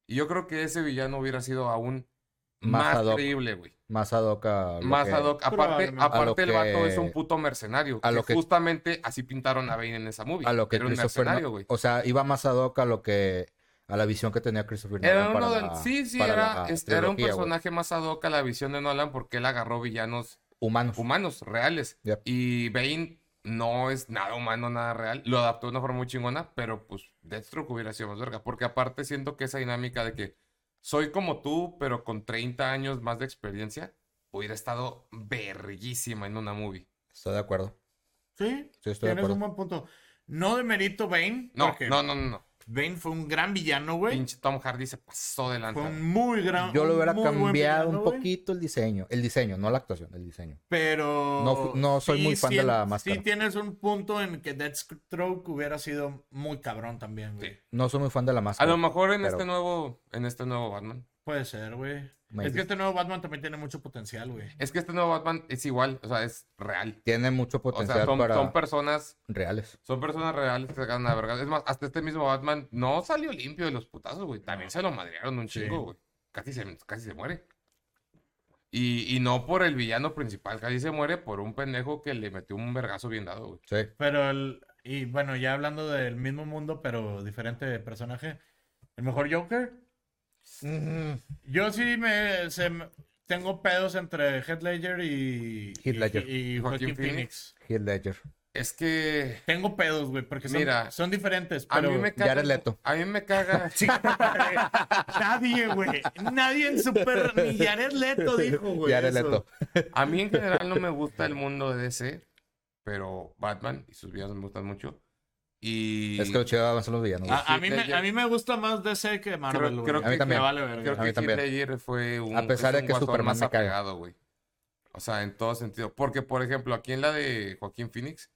Y yo creo que ese villano hubiera sido aún Más más, ad hoc. creíble, güey. Más ad hoc a lo Más que- ad hoc. Aparte, Probablemente. aparte A el lo vato es que- un puto mercenario. a que lo que- justamente así pintaron a Bane en esa movie. A lo que Era un Christopher mercenario, Nolan- güey. O sea, iba más ad hoc a lo que. A la visión que tenía Christopher Era Nolan uno para del- la- Sí, sí, para era, la este, era un trilogía, güey. personaje más ad hoc a la visión de Nolan porque él agarró villanos Humanos. humanos, reales. Yep. Y Bane no es nada humano, nada real. Lo adaptó de una forma muy chingona, pero pues Deathstroke hubiera sido más verga. Porque aparte siento que esa dinámica de que soy como tú, pero con 30 años más de experiencia, hubiera estado verguísima en una movie. Estoy de acuerdo. Sí, Sí, estoy de tienes acuerdo. un buen punto. No de mérito Bane, No, porque no, no, no, no. Bane fue un gran villano, güey. Pinche Tom Hardy se pasó de lanza. Fue un muy gran Yo Ah, lo un hubiera muy buen cambiado villano, un güey. poquito el diseño. El diseño, no la actuación, el diseño. Pero. No fu- no soy muy fan de sien- la máscara. Sí, tienes un punto en que Deathstroke hubiera sido muy cabrón también, güey. Sí. No soy muy fan de la A máscara. lo mejor en pero- este nuevo, en este nuevo Batman. Puede ser, güey. Maybe. Es que este nuevo Batman también tiene mucho potencial, güey. Es que este nuevo Batman es igual, o sea, es real. Tiene mucho o potencial sea, son- para son personas reales. Son personas reales que ganan la verga. Es más, hasta este mismo Batman no salió limpio de los putazos, güey. También se lo madrearon un Sí. chingo, güey. Casi, se, casi se muere. Y, y no por el villano principal, casi se muere por un pendejo que le metió un vergazo bien dado, güey. Sí. Pero el. Y bueno, ya hablando del mismo mundo, pero diferente personaje. El mejor Joker. Yo sí me. se me- tengo pedos entre Heath Ledger y. Heath Ledger. Y, y Joaquin, Joaquin Phoenix. Phoenix. Heath Ledger. Es que Tengo pedos, güey, porque son, Mira, son diferentes. a Pero... mí me Jared caga. Leto. A mí me caga. Nadie, güey. Nadie en Super. Ni Jared Leto dijo, güey. Jared eso. Leto. A mí en general no me gusta el mundo de DC, pero Batman y sus villanos me gustan mucho. Y Ah, Es que lo chido avanzan los villanos. A, a mí me, Ledger. a mí me gusta más DC que Marvel, Creo- güey. creo que- A mí también. Me vale verga. Creo A mí que también. Heath Ledger fue un. A pesar es de un que guasón Superman más me caga. apegado, güey. O sea, en todo sentido. Porque, por ejemplo, aquí en la de Joaquín Phoenix,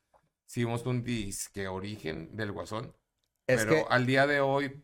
sí vimos un disque origen del guasón. es, pero que, al día de hoy,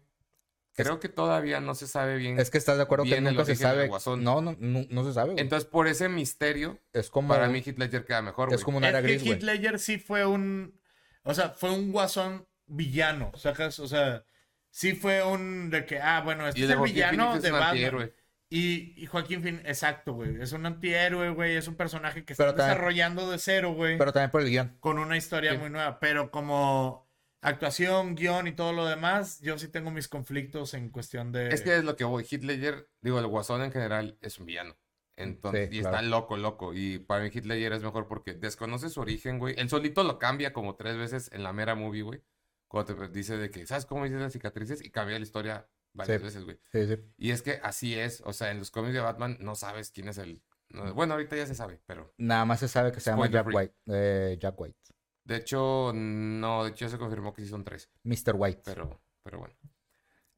creo que todavía no se sabe bien. es que estás de acuerdo que viene el nunca se origen del sabe. Guasón. No, no, no, no se sabe. güey. Entonces, por ese misterio, es como, para un- mí Heath Ledger queda mejor, es güey. como un Es área que gris, güey. Heath Ledger sí fue un. O sea, fue un guasón villano, ¿sacas? O sea, sí fue un. De que, ah, bueno, este Y el es de el Joaquín villano Phoenix de es un Batman. antihéroe. Y, y Joaquín Phoenix, exacto, güey. Es un antihéroe, güey. Es un personaje que está Pero también- desarrollando de cero, güey. Pero también por el guión. Con una historia Sí. muy nueva. Pero como actuación, guión y todo lo demás, yo sí tengo mis conflictos en cuestión de. Eh. Es que es lo que voy. Heath Ledger, digo, el guasón en general es un villano. Entonces, Sí, y claro. está loco, loco. Y para mí Heath Ledger es mejor porque desconoce su origen, güey. Él solito lo cambia como tres veces en la mera movie, güey. Cuando te dice de que, ¿sabes cómo dices las cicatrices? Y cambia la historia varias Sí. veces, güey. Sí, sí. Y es que así es. O sea, en los cómics de Batman no sabes quién es el... no- bueno, ahorita ya se sabe, pero... Nada más se sabe que se llama Spoiler Jack free. White. Eh, Jack White. De hecho, no, de hecho ya se confirmó que sí son tres. Mr. White. Pero, pero bueno.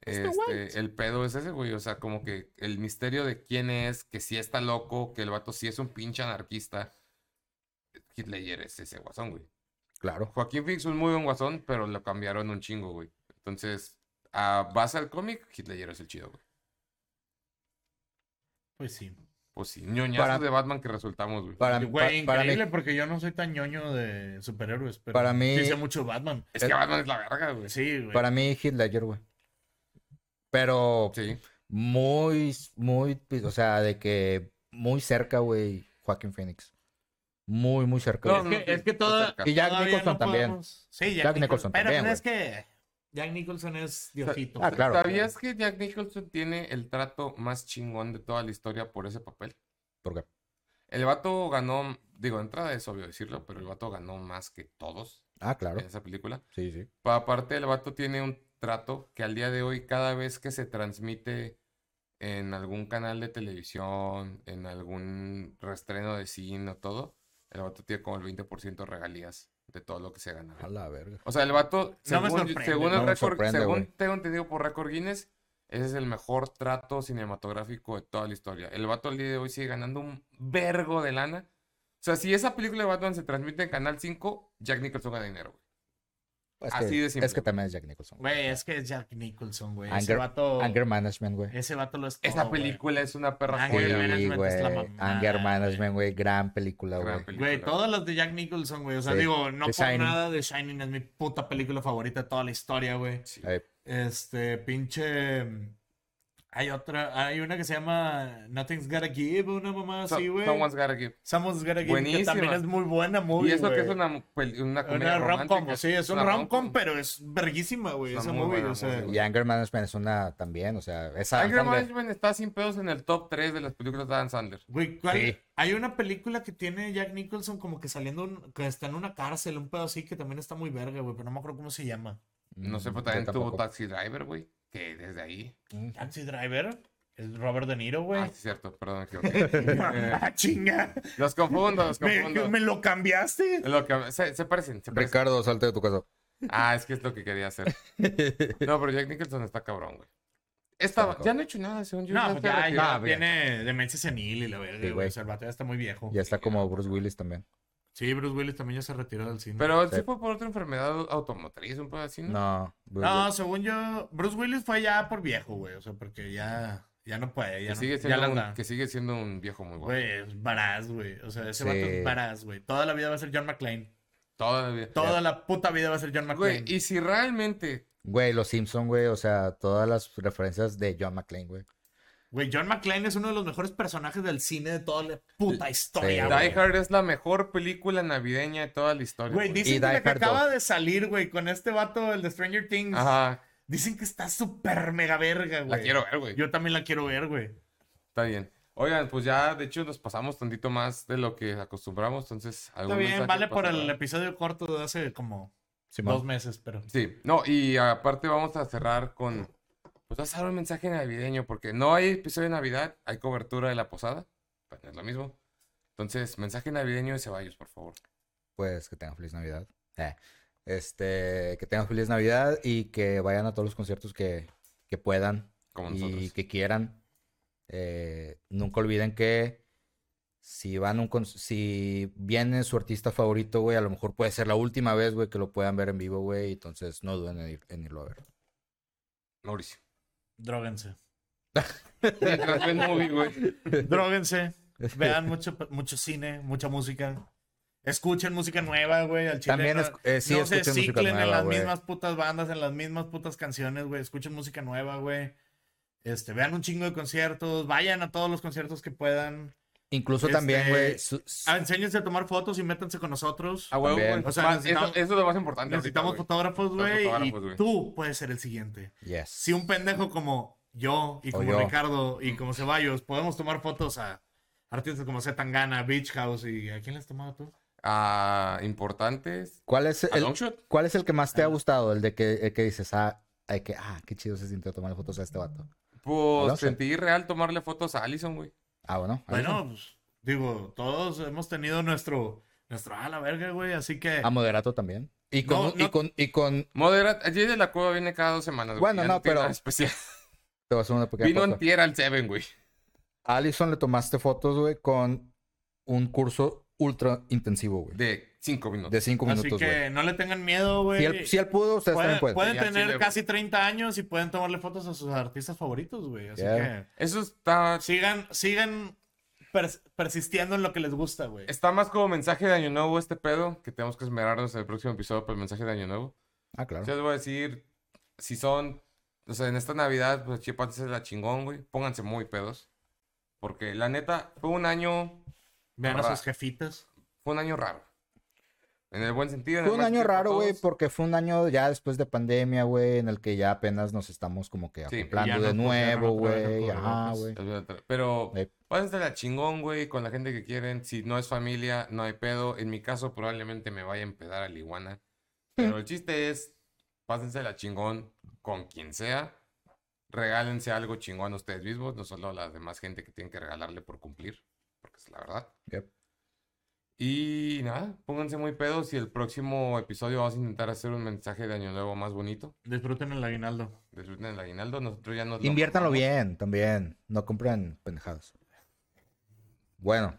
Este, el pedo es ese, güey. O sea, como que el misterio de quién es, que sí está loco, que el vato sí es un pinche anarquista. Hitler es ese guasón, güey. Claro. Joaquín Phoenix es un muy buen guasón, pero lo cambiaron un chingo, güey. Entonces, a base al cómic, Hitler es el chido, güey. Pues sí. Pues sí, ñoñazos Para- de Batman que resultamos, güey. Para, Güey, pa- para mí, increíble porque yo no soy tan ñoño de superhéroes, pero Para mí- pues sí sé mucho Batman. Es que Batman es la verga, güey. Sí. Sí, güey. para mí, Heath Ledger, güey. Pero muy, muy, o sea, de que muy cerca, güey, Joaquín Phoenix. Muy, muy cerca. No, güey. no, es que, es que toda- cerca. Y Jack todavía Nicholson también. podemos- Sí, Jack, Jack Nicholson. Nicholson Pero también, es que Jack Nicholson es diosito. Ah, claro. ¿Sabías que Jack Nicholson tiene el trato más chingón de toda la historia por ese papel? ¿Por qué? El vato ganó, digo, de entrada es obvio decirlo, pero el vato ganó más que todos Ah, claro. en esa película. Sí, sí. Pa- Aparte, el vato tiene un trato que al día de hoy, cada vez que se transmite en algún canal de televisión, en algún restreno de cine o todo, el vato tiene como el 20% de regalías de todo lo que se gana. A la verga. O sea, el vato, No me según, sorprende. según el No me récord- sorprende, según güey. tengo entendido por récord Guinness, ese es el mejor trato cinematográfico de toda la historia. El vato al día de hoy sigue ganando un vergo de lana. O sea, si esa película de Batman se transmite en Canal 5, Jack Nicholson gana dinero, güey. Es Así que, de simple. Es que también es Jack Nicholson. Güey, es que es Jack Nicholson, güey. Ese Anger- vato. Anger Management, güey. Ese vato lo es todo, Esa Oh, güey. Ah, película es una perra Sí, Anger joya, güey. Management es la güey. mamada, Anger güey. Management, güey. Gran película, Gran güey. película. Güey, todas las de Jack Nicholson, güey. O sea, Sí. digo, no The por Shining. nada de Shining es mi puta película favorita de toda la historia, güey. Sí. Eh, Este, pinche. Hay otra, hay una que se llama Nothing's Gotta Give, una mamá So- así, güey. Someone's Gotta Give. Someone's Gotta Give, que Buenísima. también es muy buena movie, Y eso que es güey. una, mu- pel- una Una comedia rom-com, romántica. sí, es un Una rom-com, rom-com. pero es verguísima, güey, Es una esa muy movie, buena o sea. movie, Y Anger Management es una también, o sea, esa. Anger Management está sin pedos en el top 3 de las películas de Adam Sandler. Güey, ¿cuál? Sí. Hay una película que tiene Jack Nicholson como que saliendo, un- que está en una cárcel, un pedo así, que también está muy verga, güey, pero no me acuerdo cómo se llama. Mm, No sé, pero también tuvo Taxi Driver, güey. Que desde ahí. Mm. Taxi Driver, es Robert De Niro, güey. Ah, sí, cierto, perdón, me equivoqué. Eh, Ah, chinga. los confundo, los Me, confundo. me lo cambiaste. Lo que- se, se parecen, se parecen. Ricardo, salte de tu casa. Ah, es que es lo que quería hacer. No, pero Jack Nicholson está cabrón, güey. Estaba, cabrón. ya no he hecho nada, según yo. No, pues está ya, retirado. ya Ah, bien. tiene demencia senil y la verga, Sí, güey. güey. O sea, el vato ya está muy viejo. Ya está como Bruce Willis también. Sí, Bruce Willis también ya se retiró del cine. Pero él sí Sí. fue por otra enfermedad automotriz, un poco así, ¿Mm? ¿no? No, Pues Bruce no, Willis. según yo, Bruce Willis fue ya por viejo, güey. O sea, porque ya, ya no puede, ya, que, no, sigue ya siendo la un, da. que sigue siendo un viejo muy bueno. Güey, es varaz, güey. O sea, ese Sí. vato es varaz, güey. Toda la vida va a ser John McClane. Todavía. Toda la puta vida va a ser John Güey, McClane. y si realmente. Güey, Los Simpson, güey, o sea, todas las referencias de John McClane, güey. Güey, John McClane es uno de los mejores personajes del cine de toda la puta historia, Sí. güey. Die Hard es la mejor película navideña de toda la historia. Güey, Y dicen que Die la que Hard acaba 2. de salir, güey, con este vato, el de Stranger Things. Ajá, Dicen que está súper mega verga, güey. la quiero ver, güey. Yo también la quiero ver, güey. Está bien. Oigan, pues ya, de hecho, nos pasamos tantito más de lo que acostumbramos, entonces... Está ¿algún bien, mensaje vale por pasará? el episodio corto de hace como Simón. dos meses, pero. Sí, no, y aparte vamos a cerrar con... Pues vas a dar un mensaje navideño, porque no hay episodio de Navidad, hay cobertura de la posada, pero no es lo mismo. Entonces, mensaje navideño de Ceballos, por favor. Pues que tengan feliz Navidad. Eh, Este, que tengan feliz Navidad y que vayan a todos los conciertos que, que puedan Como y nosotros. que quieran. Eh, nunca olviden que si van a un con- si viene su artista favorito, güey, a lo mejor puede ser la última vez, güey, que lo puedan ver en vivo, güey. Entonces no duden en, ir- en irlo a ver. Mauricio. Dróguense. Mientras ven movie, güey. Dróguense. Vean mucho, mucho cine, mucha música. Escuchen música nueva, güey. Al chile También no- es, eh, sí, no se escuchen música ciclen en nueva, las güey. mismas putas bandas, en las mismas putas canciones, güey. Escuchen música nueva, güey. Este, vean un chingo de conciertos, vayan a todos los conciertos que puedan. Incluso también, güey, Este, su- su- Ah, enséñense a tomar fotos y métanse con nosotros. A huevo, También. güey. O sea, Más- eso, necesitamos- eso es lo más importante. ahorita, Necesitamos güey. fotógrafos, güey. Y fotógrafos, güey. tú puedes ser el siguiente. yes. Si un pendejo como yo y O como yo. Ricardo y como Ceballos podemos tomar fotos a artistas como Zetangana, Beach House y ¿a quién le has tomado tú? Ah, importantes. ¿Cuál es A el Longshot. cuál es el que más te ha gustado? El de que, el que dices, ah, ay, que, ah, qué chido se sintió tomar fotos a este vato. Pues Longshot. sentí real tomarle fotos a Allison, güey. Ah, bueno. ahí está. Bueno, pues, digo, todos hemos tenido nuestro Nuestro, ah, la verga, güey. Así que. A Moderato también. Y con, eh, No, un- no. Y con, y con, Moderat, allí de la cueva viene cada dos semanas. güey, Bueno, ya no, tiene pero- nada Especial. te voy a hacer una pequeña Vino en pausa. tier al Seven, güey. A Allison le tomaste fotos, güey, con un curso ultra intensivo, güey. De cinco minutos. De cinco así minutos, que güey. no le tengan miedo, güey. Si él, si él pudo, ustedes pueden también pueden. pueden Sí, al tener chile, güey. casi 30 años y pueden tomarle fotos a sus artistas favoritos, güey. Así Yeah. Eso está, que sigan, sigan pers- persistiendo en lo que les gusta, güey. está más como mensaje de Año Nuevo este pedo, que tenemos que esmerarnos en el próximo episodio para el mensaje de Año Nuevo. Ah, claro. Yo les voy a decir, si son, o sea, en esta Navidad, pues chipates es la chingón, güey. Pónganse muy pedos. Porque la neta, fue un año, Vean a Ra- sus jefitas. fue un año raro. En el buen sentido. en Fue el un mal año sentido para raro, güey, todos. porque fue un año ya después de pandemia, güey, en el que ya apenas nos estamos como que Sí, ya acoplando de nos pusieron nuevo, otra vez el güey. Ajá, cubrebocas. güey. Es verdad, Pero Ey. pásense la chingón, güey, con la gente que quieren. Si no es familia, no hay pedo. En mi caso, probablemente me vaya a empedar a la iguana. Pero el chiste es, pásense la chingón con quien sea. Regálense algo chingón a ustedes mismos, no solo a la demás gente que tienen que regalarle por cumplir, porque es la verdad. Yep. Y nada, pónganse muy pedos y el próximo episodio vamos a intentar hacer un mensaje de Año Nuevo más bonito. Disfruten el aguinaldo. Disfruten el aguinaldo, nosotros ya nos lo Inviértanlo mamamos. bien también. No compren pendejadas. Bueno,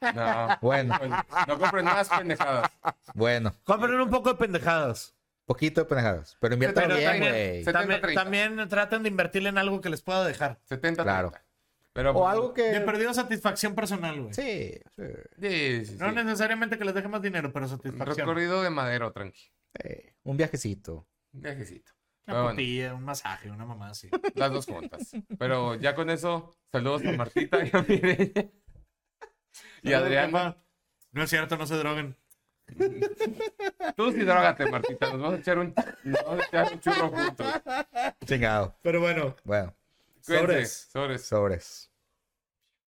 No, bueno, no compren más pendejadas. bueno. Compren un poco de pendejadas. Poquito de pendejadas. Pero inviértanlo Pero bien, también- güey. se- 70, También, 30. también traten de invertirle en algo que les pueda dejar. 70 Claro. treinta. Pero O algo De que. perdido satisfacción personal, güey. Sí, sí, Sí, sí, sí. No necesariamente que les deje más dinero, pero Un satisfacción. recorrido de madero, tranqui. sí. Un viajecito. Un Viajecito. Una Pero Ah, bueno, putilla, un masaje, una mamá así. las dos juntas. Pero ya con eso, saludos a Martita y a Mireia. Y Saludos, Adriana. papá. No es cierto, no se droguen. Tú sí drogate, Martita. Nos vamos a echar un, nos vamos a echar un churro juntos. Chingado. Pero bueno, Bueno, Cuídense. Sobres. Sobres. sobres.